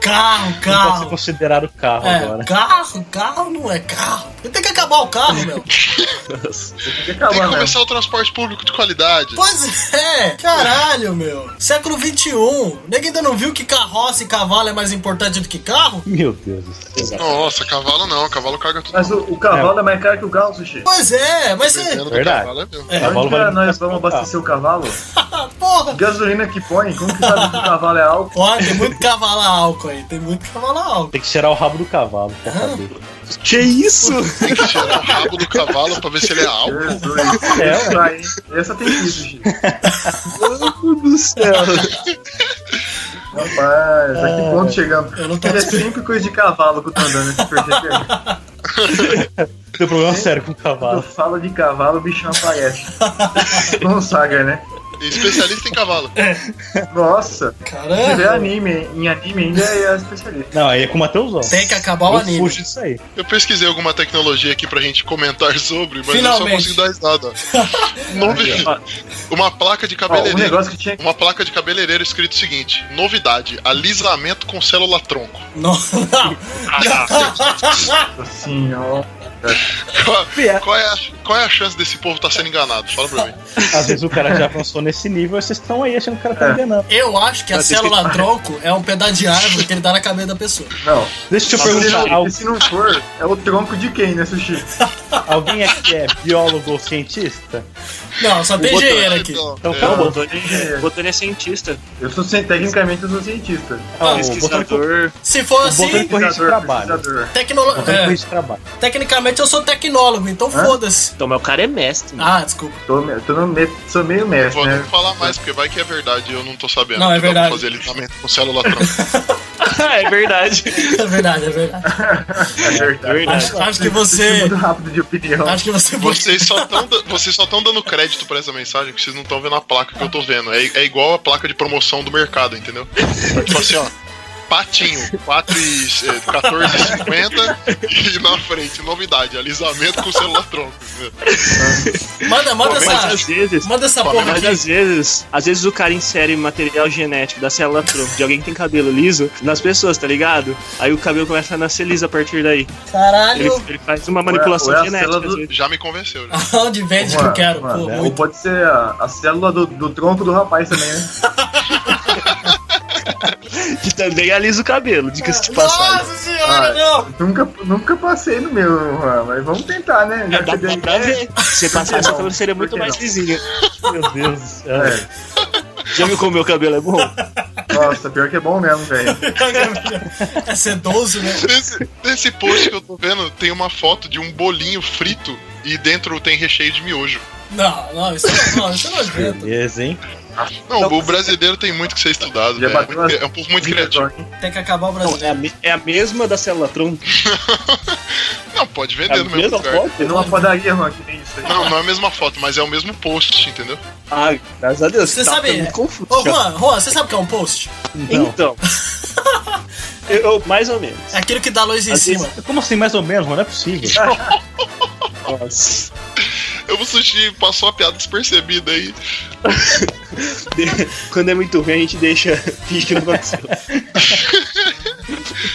A: Carro,
C: Não pode ser
A: carro.
C: considerado carro agora.
A: É, carro, carro não é carro. Tem que acabar o carro, meu.
D: Tem que
E: Tem
D: acabar,
E: que
D: né?
E: começar o transporte público de qualidade.
A: Pois é, caralho, meu. Século XXI. Nego ainda não viu que carroça e cavalo é mais importante do que carro?
C: Meu Deus do céu.
E: Nossa, cavalo não. Cavalo caga tudo.
D: Mas o, o cavalo é. mais caro que o galo, Sushi.
A: Pois é, mas você.
E: Dependendo do
C: Verdade.
E: cavalo, é mesmo.
A: É,
C: Cavalo
D: Onde
C: vale
D: que nós
C: muito mais
D: vamos
C: que um
D: abastecer o cavalo?
A: Ah, porra.
D: Gasolina que põe? Como que sabe que o cavalo é álcool?
A: Ó, tem muito cavalo a álcool aí. Tem muito cavalo a álcool.
C: Tem que cheirar o rabo do cavalo pra saber.
B: Que isso?
E: Tem que tirar o rabo do cavalo pra ver se ele é alto.
D: Jesus.
C: É,
D: Isso aí. Essa tem que ir, Sushi.
B: Meu Deus do céu.
D: Rapaz, a que ponto chegamos?
A: Eu não tava
D: Cara, é sempre coisa de cavalo que eu tô andando, se perceber.
C: Tem problema sério com o
D: Quando eu
C: cavalo.
D: é falo de cavalo, o bichão aparece. Não É saga, né?
E: Especialista em cavalo.
D: Nossa, se tiver
A: Caramba.
D: anime, em anime ainda é especialista.
C: Não, aí é com o Matheus Zó.
A: Tem que acabar o
C: Eu
A: anime.
C: fujo disso aí.
E: Eu pesquisei alguma tecnologia aqui pra gente comentar sobre, mas
A: Finalmente.
E: eu só consigo dar risada. Novi- Uma placa de
D: Ó, um
E: cabeleireiro.
D: negócio que tinha
E: Uma placa de cabeleireiro escrito o seguinte: novidade, alisamento com célula tronco.
A: Não, não.
D: assim, ó.
E: Qual, qual é, a, qual é a chance desse povo tá sendo enganado? Fala pra mim.
C: Às vezes o cara já avançou nesse nível e vocês estão aí achando que o cara tá
D: É.
C: enganando.
A: Eu acho que a célula tronco é um pedaço de árvore que ele dá na cabeça da pessoa.
D: Não.
C: Deixa eu
D: Se
C: perguntar,
D: não,
C: al-
D: e se não for, é o tronco de quem, né, Sushi?
C: alguém aqui é biólogo ou cientista?
A: Não, só tem engenheiro aqui.
E: Então,
C: Então
E: é,
C: tá
B: O
C: bom.
B: Botone, o Botone é cientista,
D: Eu sou cien- tecnicamente eu sou cientista.
C: Ah, o botânico-
B: pesquisador.
A: Se for assim,
C: botânico- Corrente de trabalho.
D: pesquisador.
A: tecnolo...
C: botânico
A: é,
C: de trabalho.
A: tecnicamente eu sou tecnólogo, então
D: Hã?
A: foda-se.
B: Então, mas o cara é mestre. né?
A: Ah, desculpa.
D: Tô, me- tô no me- sou meio mestre,
E: Vou
D: né?
E: ter que falar mais, porque vai que é verdade e eu não tô sabendo.
A: Não, é
E: que dá pra
A: verdade.
E: fazer alisamento com célula tronco.
B: é verdade.
A: É verdade, é verdade.
D: É verdade.
A: Acho, acho que
D: Eu
A: você.
D: mudo rápido de opinião.
A: Acho que você.
E: Vocês só estão vocês só tão dando crédito pra essa mensagem porque vocês não estão vendo a placa que eu tô vendo. É, é igual a placa de promoção do mercado, entendeu? tipo assim, ó. Patinho, eh, 14,50 e na frente, novidade, alisamento com celular tronco. entendeu?
A: Manda, manda
B: Mas às
A: essa.
B: vezes.
A: Manda essa porra
B: Mas
A: aqui.
B: às vezes, às vezes o cara insere material genético da célula tronco de alguém que tem cabelo liso nas pessoas, tá ligado? Aí o cabelo começa a nascer liso a partir daí. Ele,
A: Caralho,
B: ele faz uma manipulação
D: Ou é a
B: genética.
D: célula
B: às
D: do-
B: vezes.
E: Já me convenceu. né? Já.
A: aonde vende que eu quero?
D: Mano, é
A: Pô,
D: né? ou
A: muito.
D: pode ser a, a célula do, do tronco do rapaz também, né?
B: Que também alisa o cabelo, diga-se de passagem.
A: Nossa senhora,
D: Ah,
A: não!
D: Nunca, nunca passei no meu, Juan, mas vamos tentar, né? Já
B: É, dá,
D: que deu
B: dá pra
D: ideia.
B: ver. Se você passar, seu
D: não?
B: cabelo seria
D: Por
B: muito
D: que
B: mais
D: não?
B: lisinho.
C: Meu Deus do céu.
D: É.
B: Já viu como meu cabelo é bom?
D: Nossa, pior que é bom mesmo, velho.
A: É sedoso, né?
E: Nesse, nesse post que eu tô vendo, tem uma foto de um bolinho frito e dentro tem recheio de miojo.
A: Não, não, isso não, não, isso é nojento.
C: Beleza, hein?
E: Não, o brasileiro tem muito que ser estudado.
D: Já
E: né?
D: bateu
E: É um povo muito criativo.
A: Tem que acabar o
B: Não,
A: Brasil.
B: é, a, me- é a mesma da célula tronco.
E: Não, pode
B: É a
E: vender no mesmo
B: mesma
E: lugar.
D: Tem
B: foto?
D: numa padaria, Juan, que tem isso aí.
E: Não, não é a mesma foto, mas é o mesmo post, entendeu?
B: Ah, graças a Deus.
A: Você
B: tá
A: sabe-
B: ficando confuso.
A: Ô,
B: cara.
A: Juan, Juan, você sabe o que é um post?
C: Então,
B: Então. eu, eu- mais ou menos.
A: É aquilo que dá luz em
B: Às
A: cima.
B: vezes-
C: como assim, mais ou menos, mano? Não é possível.
B: Nossa.
E: Eu, o sushi passou a piada despercebida aí.
B: De- Quando é muito ruim, a gente deixa finge que não aconteceu.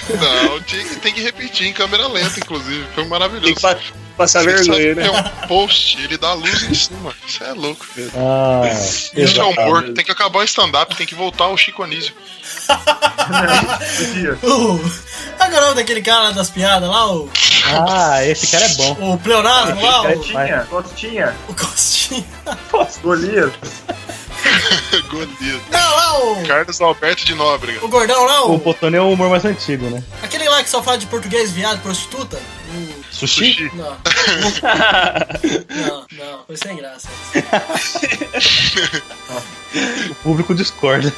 E: Não, tinha que- tem que repetir em câmera lenta, inclusive. Foi
B: Tem
E: maravilhoso.
B: que pa- passar
E: Você sabe
B: vergonha,
E: que
B: né?
E: É um post, ele dá luz em cima. Isso é louco.
C: Ah,
E: Isso é
C: exato.
E: humor. Tem que acabar o stand-up, tem que voltar o Chico Anísio.
D: Podia.
A: Uh, agora o nome daquele cara lá das piadas lá, o,
C: Ah, esse cara é bom.
A: o Pleonasmo lá, o,
D: Tinha, Costinha,
A: o Costinho.
D: Golias.
E: Golias.
A: Não, lá o,
E: Carlos Alberto de Nóbrega.
A: o Gordão lá,
C: O
A: o,
C: Botone é o humor mais antigo, né?
A: aquele lá que só fala de português, viado, prostituta. O-
C: Sushi?
E: Sushi.
A: não, não, não, foi sem graça.
C: O público discorda.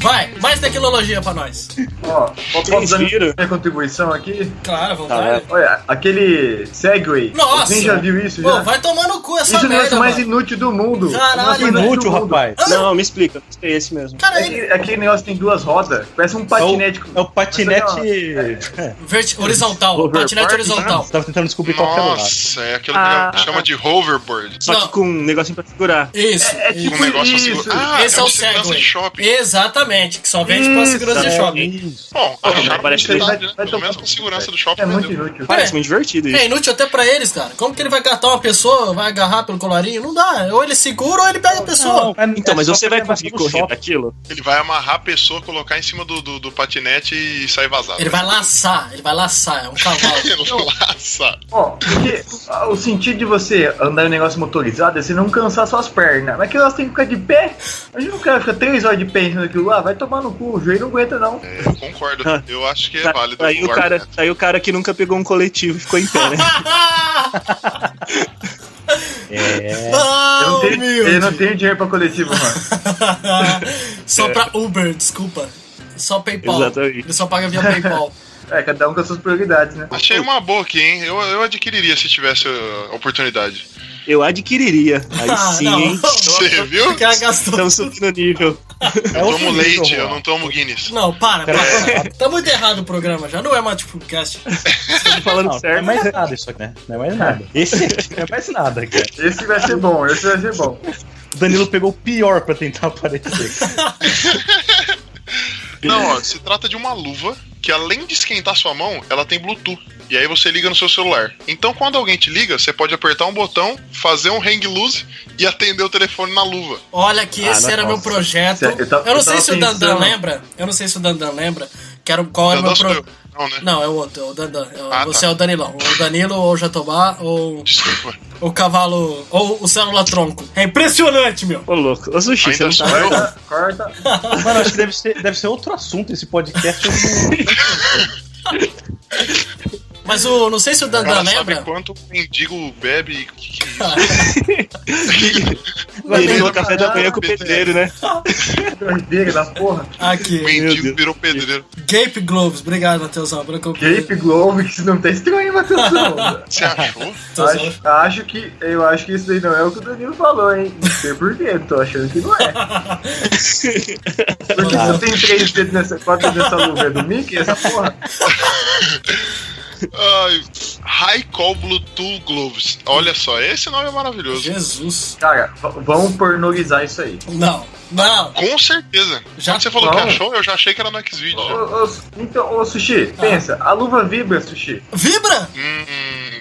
A: Vai, mais tecnologia pra nós.
D: Ó, posso posso dar
B: Giro.
D: minha contribuição aqui?
A: Claro, vamos
B: Tá,
A: lá.
D: Olha, aquele Segway.
A: Nossa!
D: Quem já viu isso
A: Pô,
D: já?
A: vai tomar no cu essa
D: Isso é o
A: merda,
D: negócio mais
A: mano.
D: inútil do mundo.
A: Caralho,
D: O negócio mais
C: Inútil,
D: do mundo.
C: rapaz.
B: Não, me explica. É esse mesmo.
A: Cara,
D: É
A: ele,
D: que- Aquele negócio tem duas rodas, parece um
C: É o,
D: patinete.
C: é o patinete.
D: Mas
A: verti- horizontal,
B: Overboard,
D: tá?
A: patinete horizontal.
C: Você tava tentando descobrir qual que é o lado.
E: Nossa, é aquilo
B: Ah.
E: que chama de hoverboard.
B: Só
A: Não.
B: que com um negocinho pra segurar.
A: Isso.
E: Um negócio assim.
D: É tipo Isso.
E: Ah,
A: Esse é
E: um
A: o
E: segurança
A: Segway.
E: de shopping.
A: Exatamente, que só vende pra segurança de
C: É
D: é.
A: shopping.
E: Bom,
B: Ah,
E: acharam
B: parece
E: que
D: vai-
E: verdade, né?
D: vai
E: Pelo
D: tocar
E: menos com
D: tudo,
E: segurança
D: velho.
E: do shopping.
D: É muito
E: vendeu.
D: inútil.
B: Parece muito divertido isso.
A: É inútil até pra eles, cara. Como que ele vai catar uma pessoa, vai agarrar pelo colarinho? Não dá. Ou ele segura ou ele pega a pessoa.
C: é
B: Então, mas você vai conseguir
C: conseguir
B: correr tá daquilo?
E: Ele vai amarrar a pessoa, colocar em cima do, do, do patinete e sair vazado.
A: Ele vai laçar, ele vai laçar, é um cavalo.
E: Nossa.
D: Ó, porque ah, o sentido de você andar em um negócio motorizado é você não cansar suas pernas. Mas que elas têm que ficar de pé. Imagina o cara fica três horas de pé em cima daquilo lá, vai tomar no cu, o joelho não aguenta não.
E: É, eu concordo. Eu acho que é
B: Tá-
E: válido.
B: aí, o cara,
E: argumento.
B: tá aí o cara que nunca pegou um coletivo e ficou em pé, né?
D: É. Eu
A: Ah,
D: não tenho, eu não
A: humilde.
D: tenho dinheiro pra coletivo, mano.
A: Só pra Uber, desculpa. Só PayPal.
B: Exatamente.
A: Ele só paga via PayPal.
D: É, cada um com as suas prioridades, né?
E: Achei uma boa aqui, hein? Eu, eu adquiriria se tivesse uh, oportunidade.
B: Eu adquiriria. Aí
A: Ah,
B: sim,
A: não.
B: hein?
E: Você viu?
A: Porque ela gastou.
B: Estamos subindo o nível.
C: É
E: Eu
C: outro
E: tomo
C: nível,
E: leite, eu
C: Juan.
E: não tomo Guinness.
A: Não, para, para. tá muito errado o programa já. Não é mais tipo cast.
B: Estamos falando
C: Não, não é
B: certo.
C: mais nada isso aqui, né? Não é mais nada. Esse aqui não é mais nada, cara.
D: Esse vai ser bom, esse vai ser bom.
C: O Danilo pegou o pior pra tentar aparecer.
E: Não, ó, se trata de uma luva que além de esquentar sua mão, ela tem Bluetooth. E aí você liga no seu celular. Então quando alguém te liga, você pode apertar um botão, fazer um hang loose e atender o telefone na luva.
A: Olha que esse
C: Ah, não, é
A: era meu
C: nossa.
A: projeto.
D: Sério,
A: Eu,
D: eu tava-
A: não
D: eu
A: sei
D: tava
A: se o Dandan
D: pensando.
A: lembra. Eu não sei se o Dandan lembra. Que era, qual era o
E: Dandan
A: meu
E: sou eu.
A: projeto.
E: Não, né?
A: Não, é o outro, é o Dandan. É o-
E: Ah, tá.
A: você é o Danilão. O Danilo, ou o Jatobá, ou
E: Desculpa.
A: o cavalo. Ou o célula tronco. É impressionante, meu.
B: Ô, louco. Ô, Sushi,
E: Ainda
B: você
E: sou
B: não tá...
E: eu.
D: Corta, corta.
C: Mano, acho que deve ser, deve ser outro assunto esse podcast. Eu não-
A: Mas o. Não sei se o
E: O cara
A: Dandan
E: sabe
A: lembra.
E: quanto mendigo bebe e que que é isso?
B: Ele no
D: Vai
B: café da
D: parar,
B: manhã com o pedreiro, né?
D: Doideira da porra.
E: O
A: Aqui.
E: mendigo virou pedreiro.
A: Gape Globes. Obrigado, Matheusão. pelo que eu-
D: Cape Globo, que isso não tá estranho, Matheus. não.
E: Você achou?
A: Matheusão.
D: Acho, acho que eu acho que isso aí não é o que o Danilo falou, hein? Não sei porquê, tô achando que não é. Porque não tem três dedos nessa quatro dedos nessa luva, é do Mickey, essa porra.
E: Ai, High Call Bluetooth Gloves. Olha só, esse nome é maravilhoso.
A: Jesus.
D: Cara, v- vamos pornorizar isso aí.
A: Não, não.
E: Com certeza.
A: Já
E: Quando você falou que
D: não.
E: achou, eu já achei que era no
D: Ô,
E: Xvideo. já.
D: ô, ô, então, ô Sushi,
A: Tá.
D: pensa, a luva vibra, Sushi.
A: É Vibra!
E: Hum,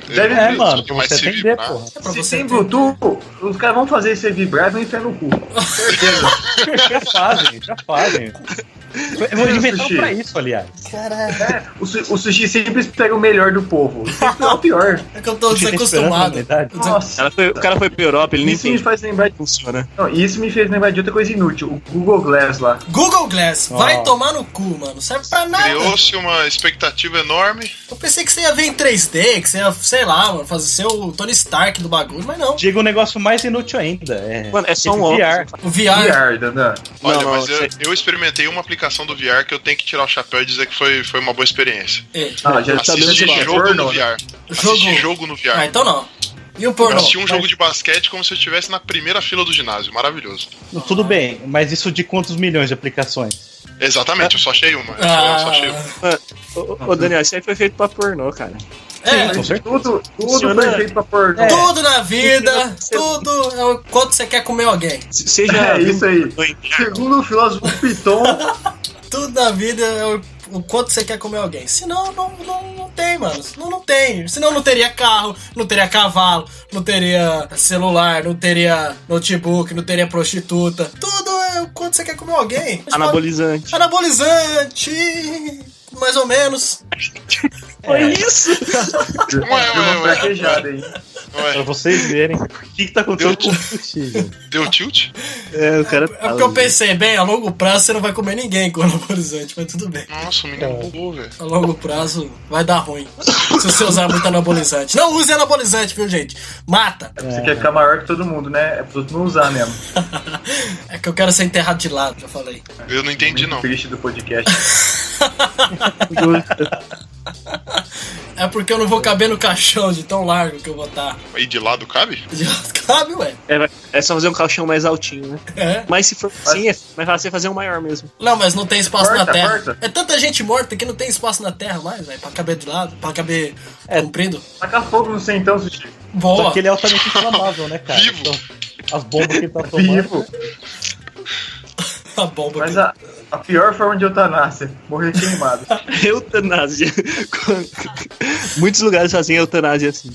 D: Deve-
E: eu-
C: É,
E: eu-
C: mano,
E: eu-
C: pra
E: mas
C: você
E: se
C: atender,
E: vibrar-
C: porra.
A: É pra
D: Se
A: você
D: tem
A: ter-
D: Bluetooth, os caras vão fazer você vibrar e vão enfiar no cu. Certeza.
C: Já fazem, já fazem. Eu inventaram pra isso, aliás.
D: É, o, su- o Sushi sempre pega o melhor do povo. Sempre é o pior.
A: É que eu tô
C: Você tá esperando, na
A: desacostumado.
C: verdade?
D: Nossa.
B: Ela é foi- o cara foi pra Europa, ele nem
D: Isso me
B: entende
D: faz lembrar de,
B: como funciona.
D: não, isso me fez lembrar de outra coisa inútil, o Google Glass lá.
A: Google Glass, vai
C: Ó.
A: tomar no cu, mano. Serve pra nada.
E: Criou-se uma expectativa enorme.
A: Eu pensei que você ia ver em 3D, que você ia, sei lá, mano, fazer ser o Tony Stark do bagulho, mas não.
C: Diga um negócio mais inútil ainda. É,
B: Mano, é
C: esse
B: só um óculos.
C: VR.
A: O VR.
D: VR, Dandan.
E: Olha,
B: Não,
E: mas
B: não,
E: eu,
B: sei.
E: eu experimentei uma aplicação do VR que eu tenho que tirar o chapéu e dizer que foi, foi uma boa experiência.
A: Ei,
D: Ah, já
B: Tá dando
E: Assisti
B: de
E: jogo
D: porno,
E: no
D: né?
E: VR.
A: Jogo-
E: Assisti jogo no
A: Ah,
E: VR.
A: então não. E o
E: Eu
A: pornô?
E: assisti um jogo de basquete como se eu estivesse na primeira fila do ginásio. Maravilhoso.
C: Tudo bem, mas isso de quantos milhões de aplicações?
E: Exatamente, eu só achei uma. Eu só, eu só achei uma.
A: Ah,
B: Ô, Ô, ô, Daniel, isso aí foi feito pra pornô, cara.
A: é,
C: Com certeza.
D: Tudo, tudo
B: Funciona.
D: foi feito pra pornô.
A: tudo na vida, tudo é o quanto você quer comer alguém.
B: Se- Seja.
D: É isso aí.
B: Oi.
D: Segundo o filósofo Piton,
A: Tudo na vida é o, o quanto você quer comer alguém. Senão, não, não, não tem, mano. Senão, não tem. Senão, não teria carro, não teria cavalo, não teria celular, não teria notebook, não teria prostituta. Tudo é o quanto você quer comer alguém.
B: Anabolizante.
A: Anabolizante. Mais ou menos.
C: É,
B: Foi isso!
D: deu
E: Ué, ué,
D: é
E: ué.
D: uma fraquejada aí.
C: Pra
E: Ué,
C: vocês verem o que, que tá acontecendo
E: Eu-
C: com o sushi. gente.
E: deu tilt?
B: É, o cara.
A: É porque eu pensei, bem, a longo prazo você não vai comer ninguém com anabolizante, mas tudo bem.
E: Nossa, o menino bugou, velho.
A: A longo prazo vai dar ruim se você usar muito anabolizante. Não use anabolizante, viu, gente? Mata.
D: Você quer ficar maior que todo mundo, né? É pra todo mundo usar mesmo.
A: É que eu quero ser enterrado de lado, já falei.
E: Eu não entendi, não.
D: Triste do podcast.
A: É porque eu não vou caber no caixão de tão largo que eu vou estar.
E: Aí de lado cabe?
A: De lado cabe, ué.
B: É, vai- é só fazer um calchão mais altinho, né?
A: É.
B: Mas se for assim, é mais fácil você fazer um maior mesmo.
A: Não, mas não tem espaço
D: Corta,
A: na terra.
D: corta.
A: É tanta gente morta que não tem espaço na terra mais, velho. Pra caber de lado, pra caber comprido.
D: Taca fogo no centão, Sushi.
C: Só
A: Boa.
C: que ele é altamente inflamável, né, cara?
E: Vivo.
C: Então, as bombas que ele tá tomando.
D: Vivo.
A: A bomba.
D: Mas a, a pior forma de eutanásia, morrer queimado.
B: Eutanásia. Muitos lugares fazem eutanásia assim.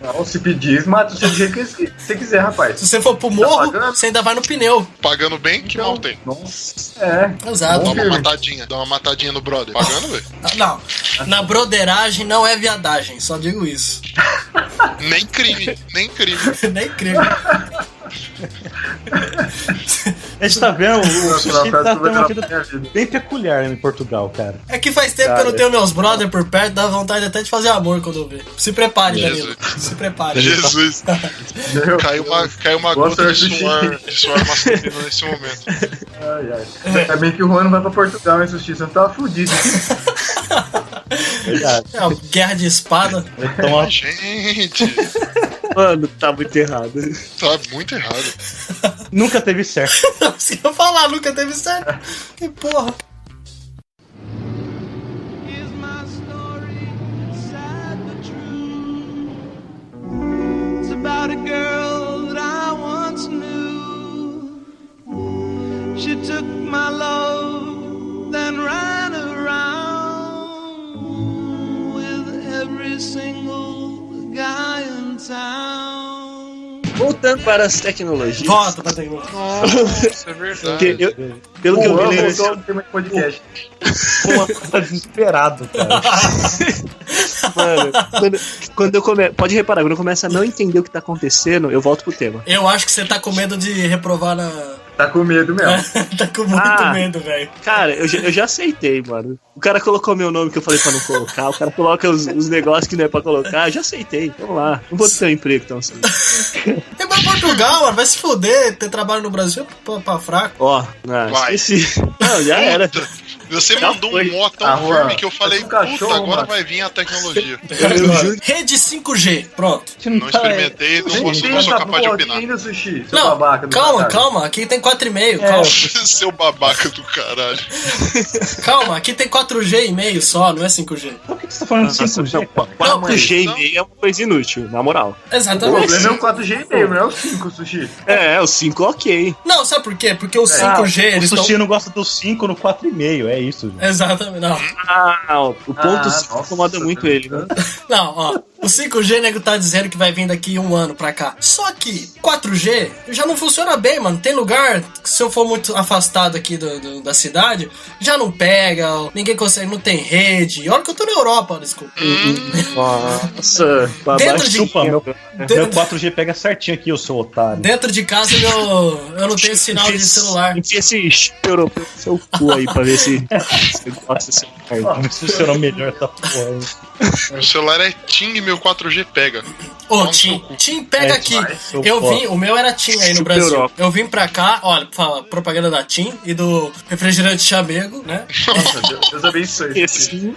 D: Não, se pedir, mata você do jeito que você- você quiser, rapaz.
A: Se você for
C: tá
A: pro morro,
D: pagando?
A: você ainda vai no pneu.
E: Pagando bem, que mal tem.
D: Nossa, é.
A: Exato. Ah,
E: Dá uma
D: filme.
E: matadinha, dá uma matadinha no brother. Pagando, velho?
A: Não. Na broderagem não é viadagem, só digo isso.
E: Nem crime, nem crime.
A: Nem creio.
C: A gente tá vendo, o
D: Essa é uma
C: sushi
D: frase
C: tá
D: que eu vou
C: tendo uma
D: tirar pra
C: vida
D: minha vida.
C: bem peculiar em Portugal, cara.
A: É que faz tempo que eu não tenho meus brother por perto, dá vontade até de fazer amor quando eu ver. Se prepare, Danilo. Se
B: tá-
A: prepare.
E: Jesus.
D: Meu
E: Caiu uma,
D: Deus.
E: caiu uma
D: Boa
E: gota de
D: sorte,
E: suor, de suor masculino nesse momento.
D: Ai, ai. Ainda bem que o Juan não vai pra Portugal, hein, Sushi? Você não tava tá fudido.
C: Verdade.
A: É uma guerra de espada.
C: Então, ó,
E: Gente,
B: Mano, tá muito errado.
E: tá muito errado.
C: nunca teve certo.
A: Se eu falar, nunca teve certo. Que porra.
B: Voltando para as tecnologias.
A: Volta pra tecnologia.
E: Nossa, é
B: Porque
E: verdade.
B: eu- pelo que eu vi, né,
D: voltou ao tema de podcast.
C: Pô, tá desesperado, cara.
B: mano, quando, quando eu come... Pode reparar, quando eu começo a não entender o que tá acontecendo, eu volto pro tema.
A: Eu acho que você tá com medo de reprovar na.
D: Tá com medo mesmo.
A: tá com muito
B: Ah.
A: medo, velho.
B: Cara, eu, já- eu já aceitei, mano. O cara colocou meu nome que eu falei pra não colocar, o cara coloca os, os negócios que não é pra colocar, eu já aceitei. Vamos lá. Não vou ter um emprego tão cedo.
A: É pra Portugal, mano. Vai se foder. Ter trabalho no Brasil é pra, pra fraco.
B: Ó, ah,
E: Vai.
B: esqueci. Não, já era.
E: Puta, Você
B: Já
E: mandou
B: foi.
E: um mó tão
D: Ah,
E: firme
D: Juan,
E: que eu falei,
D: é um cachorro,
E: puta, agora
D: mano.
E: vai vir a tecnologia.
A: Rede 5G. Pronto.
C: Você
E: Não experimentei, não
D: Nem
E: posso, não sou
D: pensa
E: capaz de
D: porra
E: opinar.
D: ainda, tá Sushi, seu
A: Não,
D: babaca do
A: calma,
D: caralho.
A: calma. Aqui tem 4,5.
C: É,
A: Calma.
E: Seu babaca do caralho.
D: É.
A: Calma, aqui tem 4G e meio só, não é 5G.
C: Por que que você tá falando de 5G? cara?
A: Não,
B: O Gmail é uma coisa inútil, na moral.
D: O
A: exatamente.
D: problema é o 4G e meio, não é o 5, Sushi.
B: É, o 5 ok.
A: Não, sabe por quê? Porque o
C: Ah,
A: 5G,
C: o
A: eles
C: Sushi
A: estão...
C: não gosta do 5 no 4,5, é isso. gente.
A: Exatamente, não.
B: Ah, o ponto
D: Ah,
B: 5
D: nossa,
B: incomoda muito ele. né?
A: Não, ó. O 5G, nego, tá dizendo que vai vir daqui um ano pra cá. Só que 4G já não funciona bem, mano. Tem lugar, que se eu for muito afastado aqui do- do- da cidade, já não pega, ó, ninguém consegue, não tem rede. Olha que eu tô na Europa, ó, desculpa.
C: Hum.
B: Nossa, babaca.
A: Dentro de-
C: Chupa, meu, meu
A: Dentro,
C: 4G pega certinho aqui, eu sou otário.
A: dentro de casa eu, eu não tenho sinal de celular.
B: Enfia esse chip europeu no seu cu aí pra ver se se você gosta desse
C: Não
B: celular.
C: funciona é melhor essa porra. hein?
E: Meu celular é Tim e meu 4G pega.
A: Ô,
E: Não,
A: Tim,
E: seu
A: Tim, pega
C: É,
A: aqui.
C: vai, seu
A: Eu
C: foda.
A: vim, o meu era Tim aí no
B: Super
A: Brasil.
B: Europa.
A: Eu vim pra cá, olha, fala, propaganda da Tim e do refrigerante Chamego, né?
D: Nossa, Deus, Deus abençoe.
B: Esse-
D: Sushi.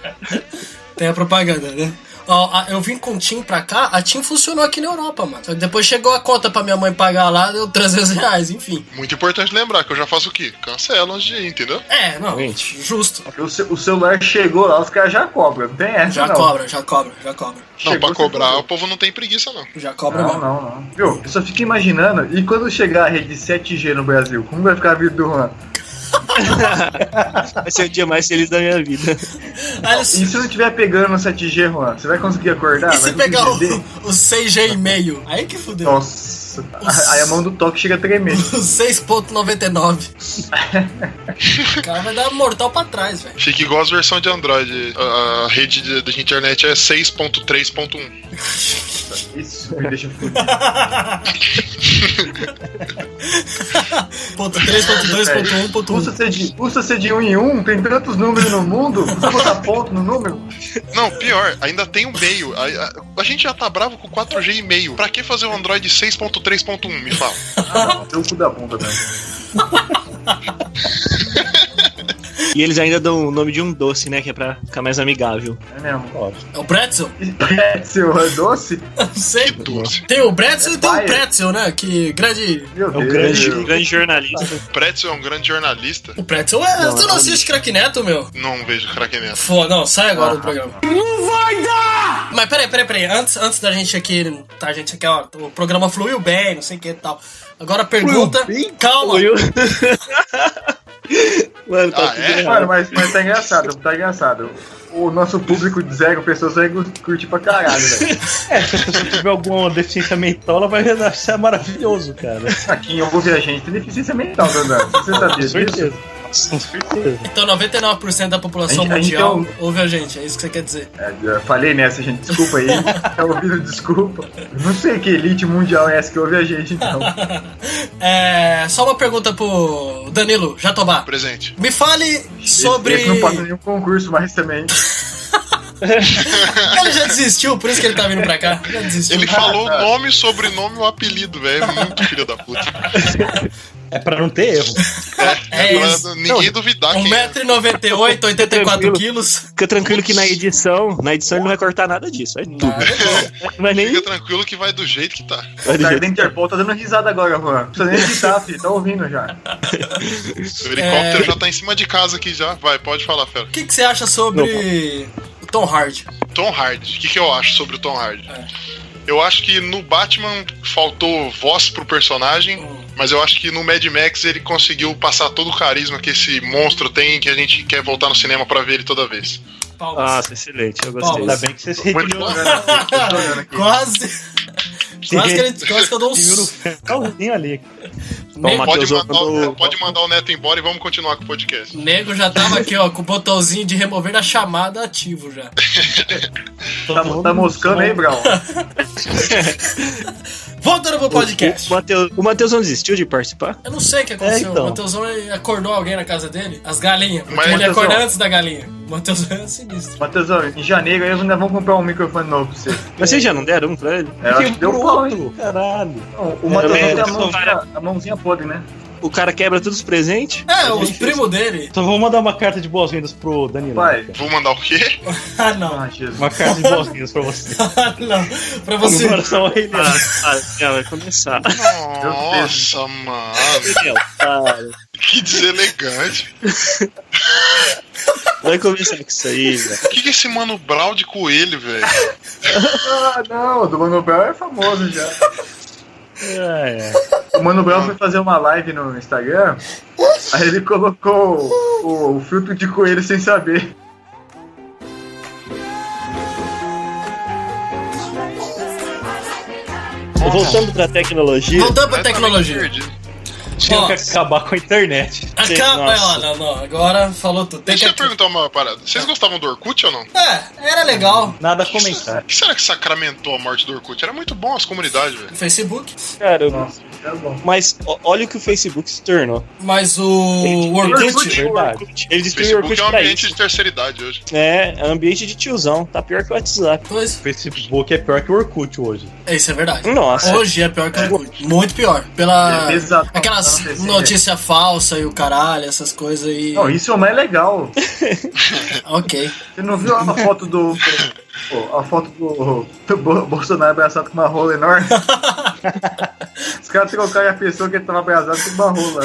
A: Tem a propaganda, né? Ó, a- eu vim com o Tim pra cá, a Tim funcionou aqui na Europa, mano. Só que depois chegou a conta pra minha mãe pagar lá, deu 300 reais, enfim.
E: Muito importante lembrar que eu já faço o quê? Cancelo antes de ir, entendeu?
A: É, não,
B: Gente.
A: justo.
D: O, ce- o celular chegou lá, os caras já cobram, não tem essa
A: Já
D: não.
A: cobra, já cobra, já cobra.
E: Não,
D: Chegou,
E: pra
D: você
E: cobrar,
D: cobrou.
E: o povo não tem preguiça, não.
A: Já cobra,
D: Não,
A: mano.
D: não, não. Viu, eu só fico imaginando, e quando chegar a rede 7G no Brasil, como vai ficar a vida do Juan?
B: Vai ser o dia mais feliz da minha vida.
A: Aí,
D: E
A: se,
D: se não tiver pegando no 7G, Juan? Você vai conseguir acordar?
A: e
D: Vai
A: se
D: conseguir
A: pegar o,
D: beber?
A: o 6G e meio? Aí que fudeu.
D: Nossa, a- aí a mão do toque chega a tremer.
A: 6.99. o cara vai dar mortal pra trás, velho.
E: Fica igual as versões de Android. A, a rede de, de internet é 6.3.1.
D: Isso me deixa fudido.
A: Ponto 3, ponto 2, ponto 1, ponto
D: Custa
A: 1.
D: ser, de, custa ser de um em um, tem tantos números no mundo, custa botar ponto no número.
E: Não, pior, ainda tem o meio. A, a- a gente já tá bravo com 4G e meio. Pra que fazer o Android 6.3.1? Me fala.
D: Ah, deu o cu da ponta, velho.
B: E eles ainda dão o nome de um doce, né? Que é pra ficar mais amigável.
D: É mesmo.
A: É o Bretzel?
D: E Pretzel é doce?
A: Não sei.
E: Doce.
A: Tem o Bretzel e tem o
D: Bayer.
A: Pretzel, né? Que grande.
D: Meu
C: É o
D: Deus.
C: grande-
B: Um grande jornalista.
E: Pretzel é um grande jornalista.
A: O Pretzel é.
B: Não,
A: tu
B: não.
A: não
D: um-
A: assiste Crack Neto, meu?
E: Não vejo craque nessa.
A: Foda, não, sai
D: Ah.
A: agora do programa. Não vai dar! Mas peraí, peraí, peraí. Antes, antes da gente aqui. Tá, gente aqui, ó. O programa fluiu bem, não sei o que e tal. Agora a pergunta. Calma.
B: Oi, eu- Mano, tá
E: Ah,
B: tudo
E: é?
B: errado.
D: Mano, mas, mas tá engraçado, tá engraçado. O nosso público de zero pessoas vai curtir pra caralho, velho.
C: É, se a pessoa tiver alguma deficiência mental, ela vai achar maravilhoso, cara.
D: Aqui em ouvir a gente tem deficiência mental, Dandan. Você sabia
C: Com
D: disso?
C: certeza. Com certeza.
A: Então 99% da população
D: A gente- a gente
A: mundial
D: é
A: ouve a gente, é isso que você quer dizer.
D: É, eu falei nessa, gente. Desculpa aí. Tá ouvindo, desculpa. Eu Não sei que elite mundial é essa que ouve a gente, então.
A: É. Só uma pergunta pro Danilo Jatobá.
E: Presente.
A: Me fale sobre.
D: Esse não passa nenhum concurso mais também.
A: Ele já desistiu, por isso que ele tá vindo pra cá. Já desistiu.
E: um É Ele falou o nome, sobrenome e o apelido, velho. Muito filho da puta.
C: É pra não ter erro.
A: É
E: pra
A: isso.
E: ninguém duvidar
D: tá
E: quem é.
A: 1,98m, 84kg.
B: Fica tranquilo que na edição, na edição ele não vai cortar nada disso. É tudo. Vai nem.
E: Fica tranquilo que vai do jeito que tá.
B: Vai
D: O
B: do jeito.
D: Sargento Interpol tá dando risada agora, mano. Não precisa nem editar, filho. Tá ouvindo já.
E: O helicóptero já tá em cima de casa aqui já. Vai, pode falar, fera.
A: O que, que você acha sobre o Tom Hardy?
E: Tom Hardy. O que, que eu acho sobre o Tom Hardy? Eu acho que no Batman faltou voz pro personagem, mas eu acho que no Mad Max ele conseguiu passar todo o carisma que esse monstro tem que a gente quer voltar no cinema pra ver ele toda vez.
A: Paulo.
B: Nossa, excelente. Eu gostei.
A: Paulo,
C: Ainda bem que você se
E: Muito
C: retirou.
E: bom.
A: quase. tá Quase que, ele, quase que eu dou um.
C: Viu no calzinho ali.
B: Bom,
E: Pode
B: Matheus,
E: mandar, o,
B: mandou-
E: pode mandar o Neto embora e vamos continuar com o podcast.
A: Nego já tava aqui, ó, com o botãozinho de remover na chamada ativo já.
D: Tá, tá moscando aí, Brau?
A: Voltando pro podcast.
B: O Matheus- O Matheus não desistiu de participar?
A: Eu não sei o que aconteceu.
C: É, então.
A: O Matheusão ele acordou alguém na casa dele? As galinhas. Porque
E: Mas,
A: ele acorda
D: Matheusão.
A: antes da galinha. O Matheusão é sinistro.
D: Matheusão, em janeiro eles ainda vão comprar um microfone novo pra você.
B: Mas vocês já não deram um pra ele?
D: É, acho que deu pau, hein?
C: Caralho.
D: Não, O Matheusão
B: também,
D: tem a
B: eu
D: mãozinha, a mãozinha podre, né?
B: O cara quebra todos os presentes?
A: É, o primo dele.
C: Só Então, vou mandar uma carta de boas-vindas pro Danilo.
D: Vai.
E: Vou mandar o quê?
A: Ah, não.
D: Ah, Jesus.
C: Uma carta de boas-vindas pra você.
A: Ah, não. Pra você.
C: Comemoração aí,
B: Ah, ah, já vai começar.
E: Nossa, mano.
B: Daniel, para.
E: Que deselegante.
B: Vai começar com isso aí, velho.
E: O que, que é esse mano Brau de coelho, velho?
D: Ah, não, o do Mano Brown é famoso já.
C: Ah, é.
D: O Mano Brown foi fazer uma live no Instagram, aí ele colocou o, o filtro de coelho sem saber.
B: Voltando pra tecnologia.
A: Voltando pra
E: Completamente
A: tecnologia.
E: perdido.
A: Ó,
C: Tinha que acabar com a internet.
A: acaba.
B: Nossa.
A: Ó, não, não. Agora falou tudo. Tem que...
E: Deixa eu perguntar uma parada. Vocês gostavam do Orkut ou não?
A: É, era legal.
C: Nada a
E: O
C: comentar.
E: que será que sacramentou a morte do Orkut? Era muito bom as comunidades, velho.
A: Facebook.
B: Cara,
D: Tá bom.
B: mas ó- olha o que o Facebook se tornou.
A: Mas o
B: de
A: Orkut.
B: verdade. Ele
E: O
B: destruiu o
E: Facebook
B: Orkut
E: é um
B: pra
E: ambiente
B: isso.
E: de terceira idade hoje.
B: É, é ambiente de tiozão. Tá pior que o WhatsApp.
A: Pois.
C: O Facebook é pior que o Orkut hoje.
A: É, Isso é verdade.
B: Nossa.
A: Hoje é pior que o Orkut. Muito pior. Pela.
D: É exato.
A: Aquelas
D: Não, não,
A: notícias falsas e o caralho, essas coisas aí.
D: Não, isso é o mais legal.
A: Ok.
D: Você não viu a foto do. pô, A foto do, do Bo- Bolsonaro abraçado com uma rola enorme? Os caras trocaram a pessoa que ele tava abraçado com uma rola.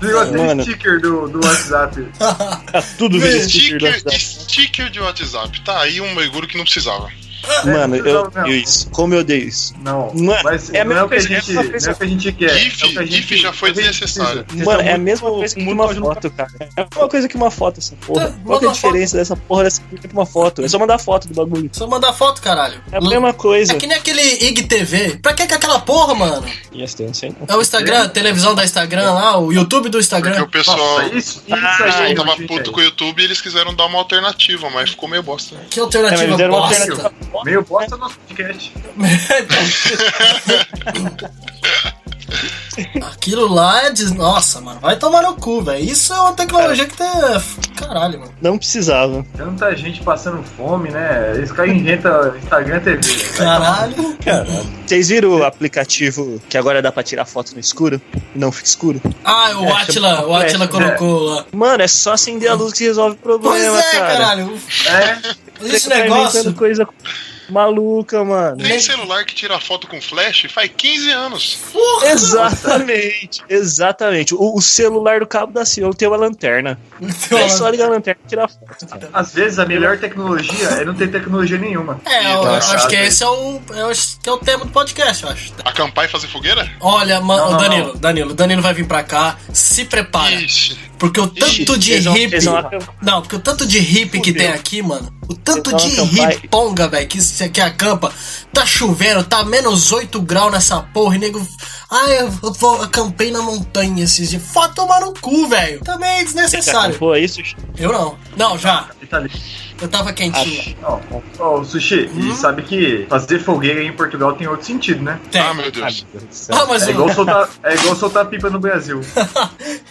D: Virou até
B: Mano.
D: sticker do, do WhatsApp.
C: Tá tudo
A: Vê,
C: vira sticker do
E: Sticker,
A: é
C: WhatsApp.
E: sticker de WhatsApp. Tá aí um mergulho que não precisava.
B: Mano,
D: não,
B: eu,
D: não.
B: eu isso. Como eu odeio isso.
D: Não,
B: Mano,
D: mas
B: é a
D: não, é
B: mesma
D: o que a
B: coisa, é a
D: gente,
B: mesma
D: não é
B: coisa.
D: o que a gente quer.
E: GIF,
D: é o que a gente,
E: GIF já foi
D: é o que a gente
E: desnecessário.
D: precisa.
B: Mano, é a mesma
C: muito-
B: coisa que
C: muito
B: uma
C: ódio no
B: foto, cara. É a mesma coisa que uma foto, essa
A: Tá,
B: porra. Qual que
A: manda
B: é a
A: uma
B: diferença dessa porra dessa porra pra uma foto? É só mandar foto do bagulho.
A: Só mandar foto, caralho.
B: É a mesma coisa.
A: É que nem aquele IGTV. Pra que que é aquela porra, mano?
B: Yes, tem, não sei não.
A: É o Instagram, a televisão da Instagram lá, o YouTube do
E: Porque
A: Instagram.
E: o pessoal.
D: Nossa, isso, isso
E: Eu
D: aí,
E: tava
D: gente,
E: puto
D: é.
E: com o YouTube e eles quiseram dar uma alternativa, mas ficou meio bosta. né?
A: Que
B: É, mas
A: alternativa
B: eles deram uma
A: bosta.
B: alternativa bosta.
D: Meio bosta nosso podcast.
A: Aquilo lá é de... Nossa, mano, vai tomar no cu, velho. Isso é uma tecnologia que tem... Caralho, mano.
B: Não precisava.
D: Tanta gente passando fome, né? Esse cara inventa Instagram TV.
A: Caralho.
B: Vocês viram o aplicativo que agora dá pra tirar foto no escuro? Não fica escuro?
A: Ah, o
D: É,
A: Atila,
D: tipo,
A: o Atila colocou lá.
B: Mano, é só acender a luz que resolve o
A: Pois
B: problema,
A: é,
B: cara.
A: caralho.
D: É,
A: Esse
B: Tá inventando
A: negócio...
B: coisa maluca, mano.
E: Tem celular que tira foto com flash faz 15 anos.
B: Exatamente, exatamente. O, o celular do cabo da Ciolo tem uma lanterna. É só ligar a lanterna e tirar foto. cara.
D: às vezes a melhor tecnologia é não ter tecnologia nenhuma.
A: É, eu
E: Tá
A: acho
E: errado,
A: que
E: hein?
A: esse é o, eu acho que é o tema do podcast, eu acho.
E: Acampar e fazer fogueira?
A: Olha, mano,
D: Não, não,
A: Danilo, Danilo, Danilo vai vir pra cá, se prepara.
E: Ixi.
A: Porque o tanto de
B: Eles vão-
A: hippie.
B: eles vão acampar.
A: Não, porque o tanto de hippie que tem aqui, mano. O tanto
B: Eles
A: de
B: vão acampar e-
A: riponga, velho, que, isso aqui acampa. Tá chovendo, tá menos 8 graus nessa porra, e nego. Ah, eu vou, acampei na montanha esses dias. Foda tomar no cu, velho. Também é
B: Já
A: desnecessário.
B: acampou isso?
A: Eu não. Não, já.
D: E tá ali.
A: Eu tava quentinho.
D: Ó, ó, Sushi,
A: Uhum.
D: e sabe que fazer fogueira em Portugal tem outro sentido, né?
A: Tem.
E: Ah, meu Deus.
A: Ah, mas
D: É
A: o-
D: igual soltar, é igual soltar pipa no Brasil.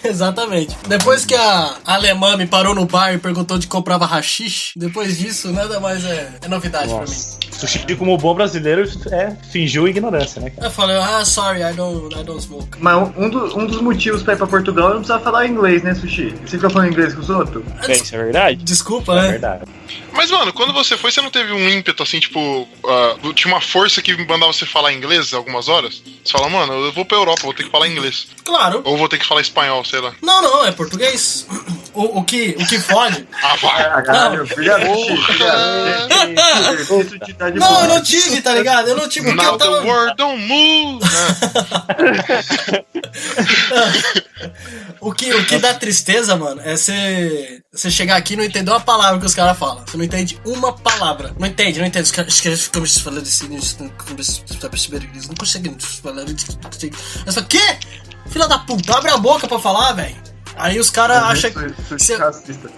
A: Exatamente. Depois que a alemã me parou no bar e perguntou de comprava rachixe, depois disso, nada mais é, é novidade pra mim.
C: Sushi, como bom brasileiro, é, fingiu ignorância, né? cara?
A: Eu falei, ah, sorry, I don't, I don't smoke.
D: Mas um, um do- um dos motivos pra ir pra Portugal é não precisar falar inglês, né, Sushi? Você fica falando inglês com os outros?
C: É, Isso é verdade?
A: Desculpa,
C: É
A: né?
C: verdade.
E: Mas, mano, quando você foi, você não teve um ímpeto assim, tipo, ah, tinha uma força que mandava você falar inglês algumas horas? Você fala, mano, eu vou pra Europa, vou ter que falar inglês.
A: Claro.
E: Ou vou ter que falar espanhol, sei lá.
A: Não, não, é português. O, o que, o que pode.
E: Ah, vai.
D: Ah, caralho, obrigado, Sushi.
E: Ah,
D: Obrigado. Isso te dá de
A: Não, eu
D: boa.
A: não tive, tá ligado? Eu não um tive, porque
E: Now
A: eu
E: the
A: tava.
E: world é don't move. Ah,
A: O que, o que dá tristeza, mano, é você você chegar aqui e não entender uma palavra que os caras falam. Você não entende uma palavra. Não entende, não entende. Os caras os caras ficam me falando assim, não perceberam tá eles não conseguem falar. Eu só, quê? Filha da puta, abre a boca pra falar, velho. Aí os caras acham que.
D: Sushi, sushi
A: Cê-
D: racista.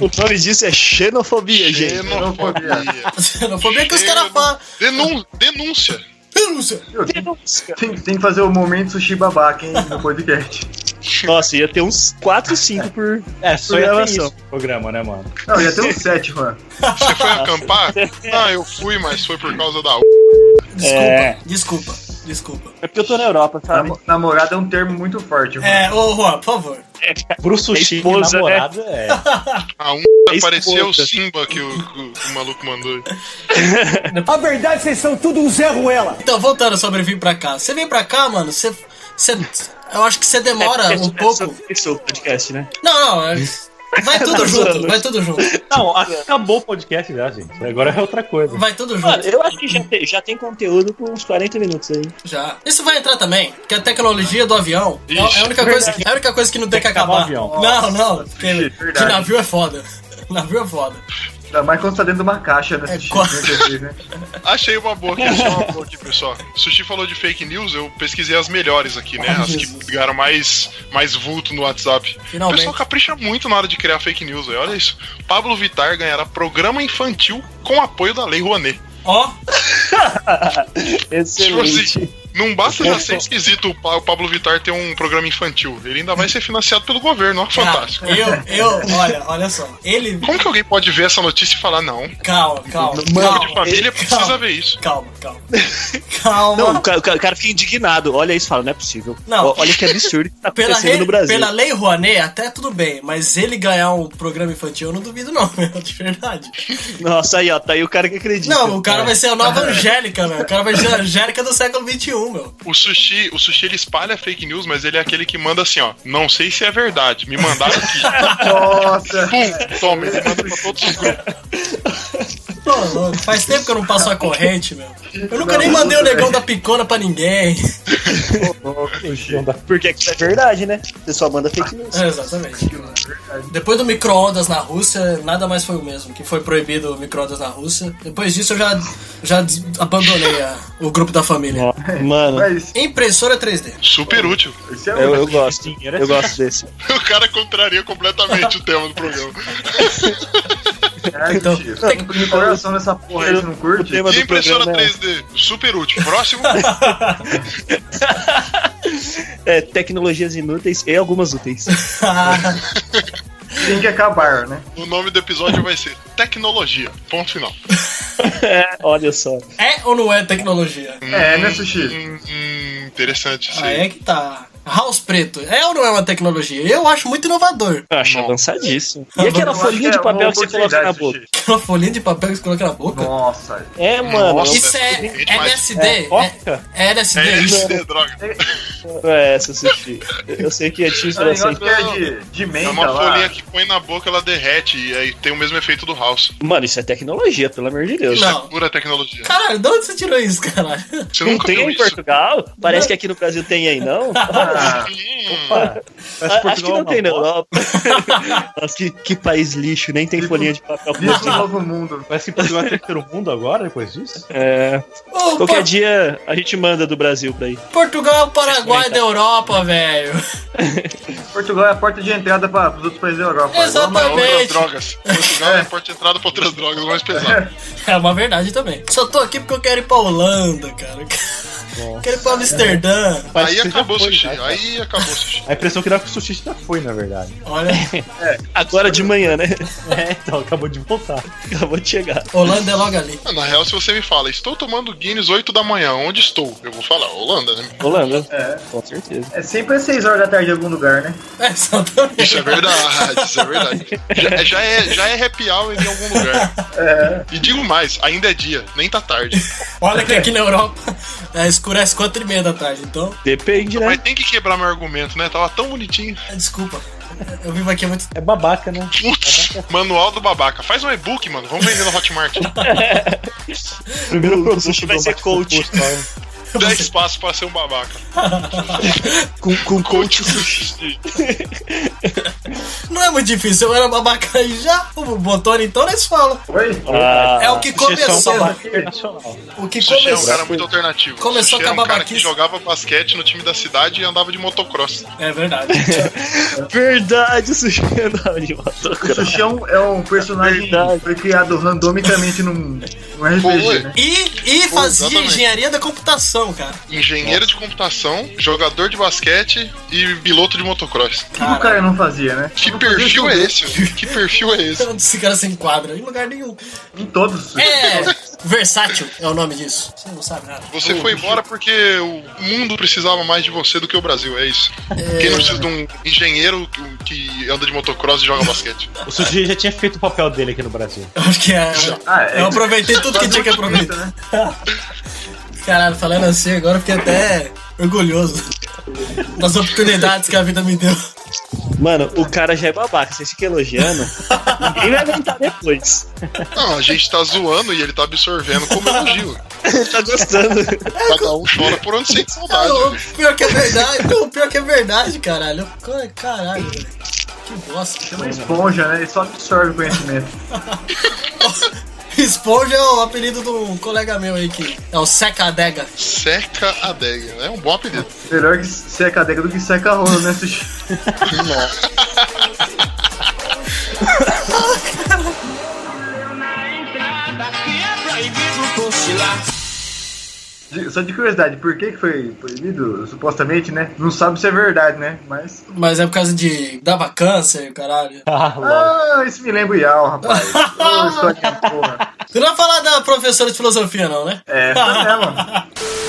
B: O nome disso é xenofobia, gente.
E: xenofobia.
A: Xenofobia que os caras falam.
E: Denun- denúncia.
A: Eu não sei.
D: Tem, tem que fazer o momento sushi babaca, hein, no podcast.
B: Nossa, ia ter uns 4, 5 por.
C: É, só ia ter
B: Programação.
C: isso no programa, né, mano?
D: Não, ia ter um set, mano.
E: Você foi acampar? Ah, eu fui, mas foi por causa da. u-
A: Desculpa,
C: É.
A: desculpa, desculpa.
B: É porque eu tô na Europa,
A: Tá,
B: sabe?
D: Nam- Namorada é um termo muito forte, mano.
A: É, ô Juan, por favor.
C: Pro sushi,
B: esposa, né?
C: namorada, é.
E: A um apareceu o Simba que o, que o- que o maluco mandou.
H: A verdade, vocês são tudo um Zé Ruela.
A: Então, voltando sobre vir pra cá. Você vem pra cá, mano, você. você eu acho que você demora um pouco.
B: Esse é o podcast, né?
A: Não, não. é- Vai tudo junto, vai tudo junto.
C: Não, acabou o podcast já, gente. Agora é outra coisa.
A: Vai tudo
B: Mano,
A: junto.
B: eu acho que já, te- já tem conteúdo por uns 40 minutos aí.
A: Já. Isso vai entrar também, que a tecnologia do avião é a- é a única coisa, é a única coisa que não tem que
C: acabar o
A: acabar.
C: avião.
A: Não, não. Porque que
D: verdade.
A: navio é foda. Navio é foda.
D: Ainda mais quando você tá dentro de uma caixa, né,
A: É
D: sushi?
A: quase.
D: Tem que ver, né?
E: Achei uma boa aqui, achei uma boa aqui, pessoal. O Sushi falou de fake news, eu pesquisei as melhores aqui, né?
A: Ai,
E: As que
A: Jesus.
E: pegaram mais, mais vulto no WhatsApp. O
A: Finalmente.
E: pessoal capricha muito na hora de criar fake news, velho. Olha isso. Pablo Vittar ganhará programa infantil com apoio da Lei Rouanet.
A: Ó,
E: Tipo assim, não basta já ser
B: Opa.
E: esquisito o Pa- o Pablo Vittar ter um programa infantil. Ele ainda vai ser financiado pelo governo, ó,
A: cara,
E: fantástico.
A: eu, eu, olha, olha só. Ele.
E: Como que alguém pode ver essa notícia e falar, não?
A: Calma, calma.
E: Mano de
A: Calma,
E: família precisa
A: calma.
E: ver isso.
A: Calma, calma. Calma.
B: Não, o ca- o ca- o cara fica indignado. Olha isso e fala, não é possível.
A: Não.
B: Ó, Olha que absurdo que tá
A: Pela,
B: acontecendo
A: rei-
B: no Brasil.
A: pela lei Rouanet, até tudo bem, mas ele ganhar um programa infantil, eu não duvido, não, meu, de verdade.
B: Nossa, aí, ó, tá aí o cara que acredita.
A: Não, o cara vai ser a nova Angélica, meu. O cara vai ser a Angélica do século XXI, meu.
E: O sushi, o sushi ele espalha fake news, mas ele é aquele que manda assim, ó. Não sei se é verdade. Me mandaram aqui.
D: Nossa!
A: É.
E: Toma, ele manda pra todos os grupos.
A: Tô louco. Faz tempo que eu não passo a corrente, meu. Eu nunca nem mandei o negão da picona pra ninguém.
B: Porque isso é verdade, né? Você só manda fake news.
A: É, exatamente. Depois do micro-ondas na Rússia, nada mais foi o mesmo, que foi proibido o micro-ondas na Rússia. Depois disso, eu já, já des- abandonei a- o grupo da família.
B: Ó, Mano,
D: É. Mas
A: Impressora 3D.
E: Super útil.
D: isso é
B: eu, eu gosto.
C: Dinheiro é
B: Eu gosto desse.
E: O cara contraria completamente o tema do programa.
D: verdade,
A: Então,
D: tio.
A: tem-
D: Não põe coração nessa porra aí, você não curte?
B: tema
E: E
B: do
E: a impressora
B: programa é-
E: 3D? Super útil. Próximo.
B: é tecnologias inúteis e algumas úteis.
D: Tem que acabar, né?
E: O nome do episódio vai ser Tecnologia. Ponto final.
B: É, Olha só.
A: é ou não é tecnologia?
D: É, né, Sushi?
E: Hum, hum, interessante isso
A: Ah,
E: aí.
A: é que tá. House preto, é ou não é uma tecnologia? Eu acho muito inovador.
B: Eu acho
E: Nossa.
B: avançadíssimo. E aquela
D: Eu acho
B: folhinha
D: que
B: de
D: é
B: papel
D: uma
B: que você coloca na
D: oportunidade,
B: boca?
D: Sushi.
A: Uma folhinha de papel que você coloca na boca?
D: Nossa,
B: É, mano.
E: Nossa.
A: Isso é
E: Gente,
A: é
E: mas-
A: LSD? É,
C: coca?
A: é LSD?
E: É LSD, droga.
B: É essa, Sushi. Eu sei que é difícil
D: o
B: pra você.
D: negócio que é de, de
E: É
D: menta
E: uma
D: lá.
E: folhinha que põe na boca, ela derrete. E aí tem o mesmo efeito do House.
B: Mano, isso é tecnologia, pelo amor de Deus.
E: Isso
A: Não.
E: é pura tecnologia.
A: Caralho, de onde você tirou isso, caralho?
E: Você
B: Não
E: nunca
B: tem
E: viu
B: em
E: isso?
B: Portugal? Parece que aqui no Brasil tem aí, não?
D: Ah,
E: Hum.
C: Portugal
B: Acho que
C: é
B: não
C: uma
B: tem, não. Nossa, que, que país lixo, nem
D: Tipo,
B: tem folhinha de papel.
D: viva o novo mundo.
C: Parece que Portugal é terceiro mundo agora, depois disso.
B: É,
A: Ô,
B: qualquer
A: Por-
B: dia a gente manda do Brasil pra aí.
A: Portugal é o Paraguai da Europa, velho.
D: Portugal é a porta de entrada para os outros países da Europa.
A: Exatamente.
E: Pra outras drogas. Portugal é porta de entrada pra outras drogas mais pesadas.
A: É uma verdade também. Só tô aqui porque eu quero ir pra Holanda, cara. Quero ir pra Amsterdã.
E: Aí
C: Parece que
E: acabou o
C: já foi,
E: sushi.
C: né, cara?
E: Aí acabou o sushi.
C: A impressão que dá é que o sushi já foi, na verdade.
A: Olha,
B: Agora de manhã, né?
C: É, então, acabou de voltar.
B: Acabou de chegar.
A: Holanda é logo ali.
E: Na real, se você me fala, estou tomando Guinness 8 da manhã, onde estou? Eu vou falar, Holanda, né?
B: Holanda,
D: É,
B: com certeza.
D: é sempre às 6 horas da tarde em algum lugar, né?
A: É, exatamente.
E: Isso é verdade, isso é verdade. Já, já é, já é happy hour em algum lugar. E digo mais, ainda é dia, nem tá tarde.
A: Olha que aqui na Europa é, escurece quatro e meia da tarde, então,
B: Depende, né?
E: Mas tem que quebrar meu argumento, né? Tava tão bonitinho.
A: é, desculpa. Eu vivo aqui há muito
C: É babaca, né?
E: Putz, manual do babaca. Faz um e-book, mano. Vamos vender no Hotmart.
C: Primeiro produto
B: sushi vai
C: do
B: ser
C: Max
B: coach.
C: Octopus, tá?
E: Dá espaço pra ser um babaca.
B: Com, com coach.
A: Não é muito difícil, eu era babaca aí já. O Botone então nós fala.
D: Oi?
B: Ah,
A: É o que
B: sushi é só
A: começou.
B: um babaca.
C: Internacional.
A: O que
E: Sushi é um
A: começou.
E: cara muito alternativo.
A: Começou
E: Sushi
A: com a
E: era um cara que
A: babaquice.
E: jogava basquete no time da cidade e andava de motocross.
A: É verdade.
B: Verdade, o sushi é da de motocross.
D: O Sushi é um, é um personagem
B: Verdade.
D: que foi criado randomicamente num, num
E: Foi.
D: RPG, né?
A: E, e
E: Pô,
A: fazia
E: exatamente.
A: engenharia da computação, cara.
E: Engenheiro de computação, jogador de basquete e piloto de motocross.
D: O que o cara não fazia, né?
E: Que
D: Não fazia
E: perfil
D: tudo.
E: é esse? velho? Que perfil é esse?
A: Onde esse um cara se enquadra? Em lugar nenhum.
D: Em todos.
A: É, versátil é o nome disso. Você não sabe nada.
E: Você foi embora porque o mundo precisava mais de você do que o Brasil, é isso. Quem não precisa de um engenheiro que- que anda de motocross e joga basquete?
C: O sushi já tinha feito o papel dele aqui no Brasil.
A: Eu acho que é.
D: Ah, é.
A: Eu aproveitei tudo que tinha que aproveitar.
D: né?
A: Caralho, falando assim agora eu fiquei até orgulhoso das oportunidades que a vida me deu.
B: Mano, o cara já é babaca, vocês ficam elogiando. Ninguém vai aguentar depois.
E: Não, a gente tá zoando e ele tá absorvendo como elogio.
B: Ele tá gostando.
A: É,
E: Cada um chora por onde sente
A: Ah,
E: saudade.
A: o
E: velho.
A: pior que é verdade, o pior que é verdade, caralho. Caralho, velho. que bosta.
D: Uma esponja, né? Ele só absorve o conhecimento.
A: Esponja é o apelido de um colega meu aí que é o Seca Adega.
E: Seca a adega. É um bom apelido.
D: Melhor que seca a adega do que seca a rola, né? Sushi? De- Só de curiosidade, por que, que foi proibido, supostamente, né? Não sabe se é verdade, né? Mas.
A: Mas é por causa de. dava câncer, caralho.
C: Ah, lógico.
D: Ah, isso me lembra o Yao, rapaz. Ô, historinha porra.
A: Você não vai falar da professora de filosofia, não, né?
D: É, foi mesmo.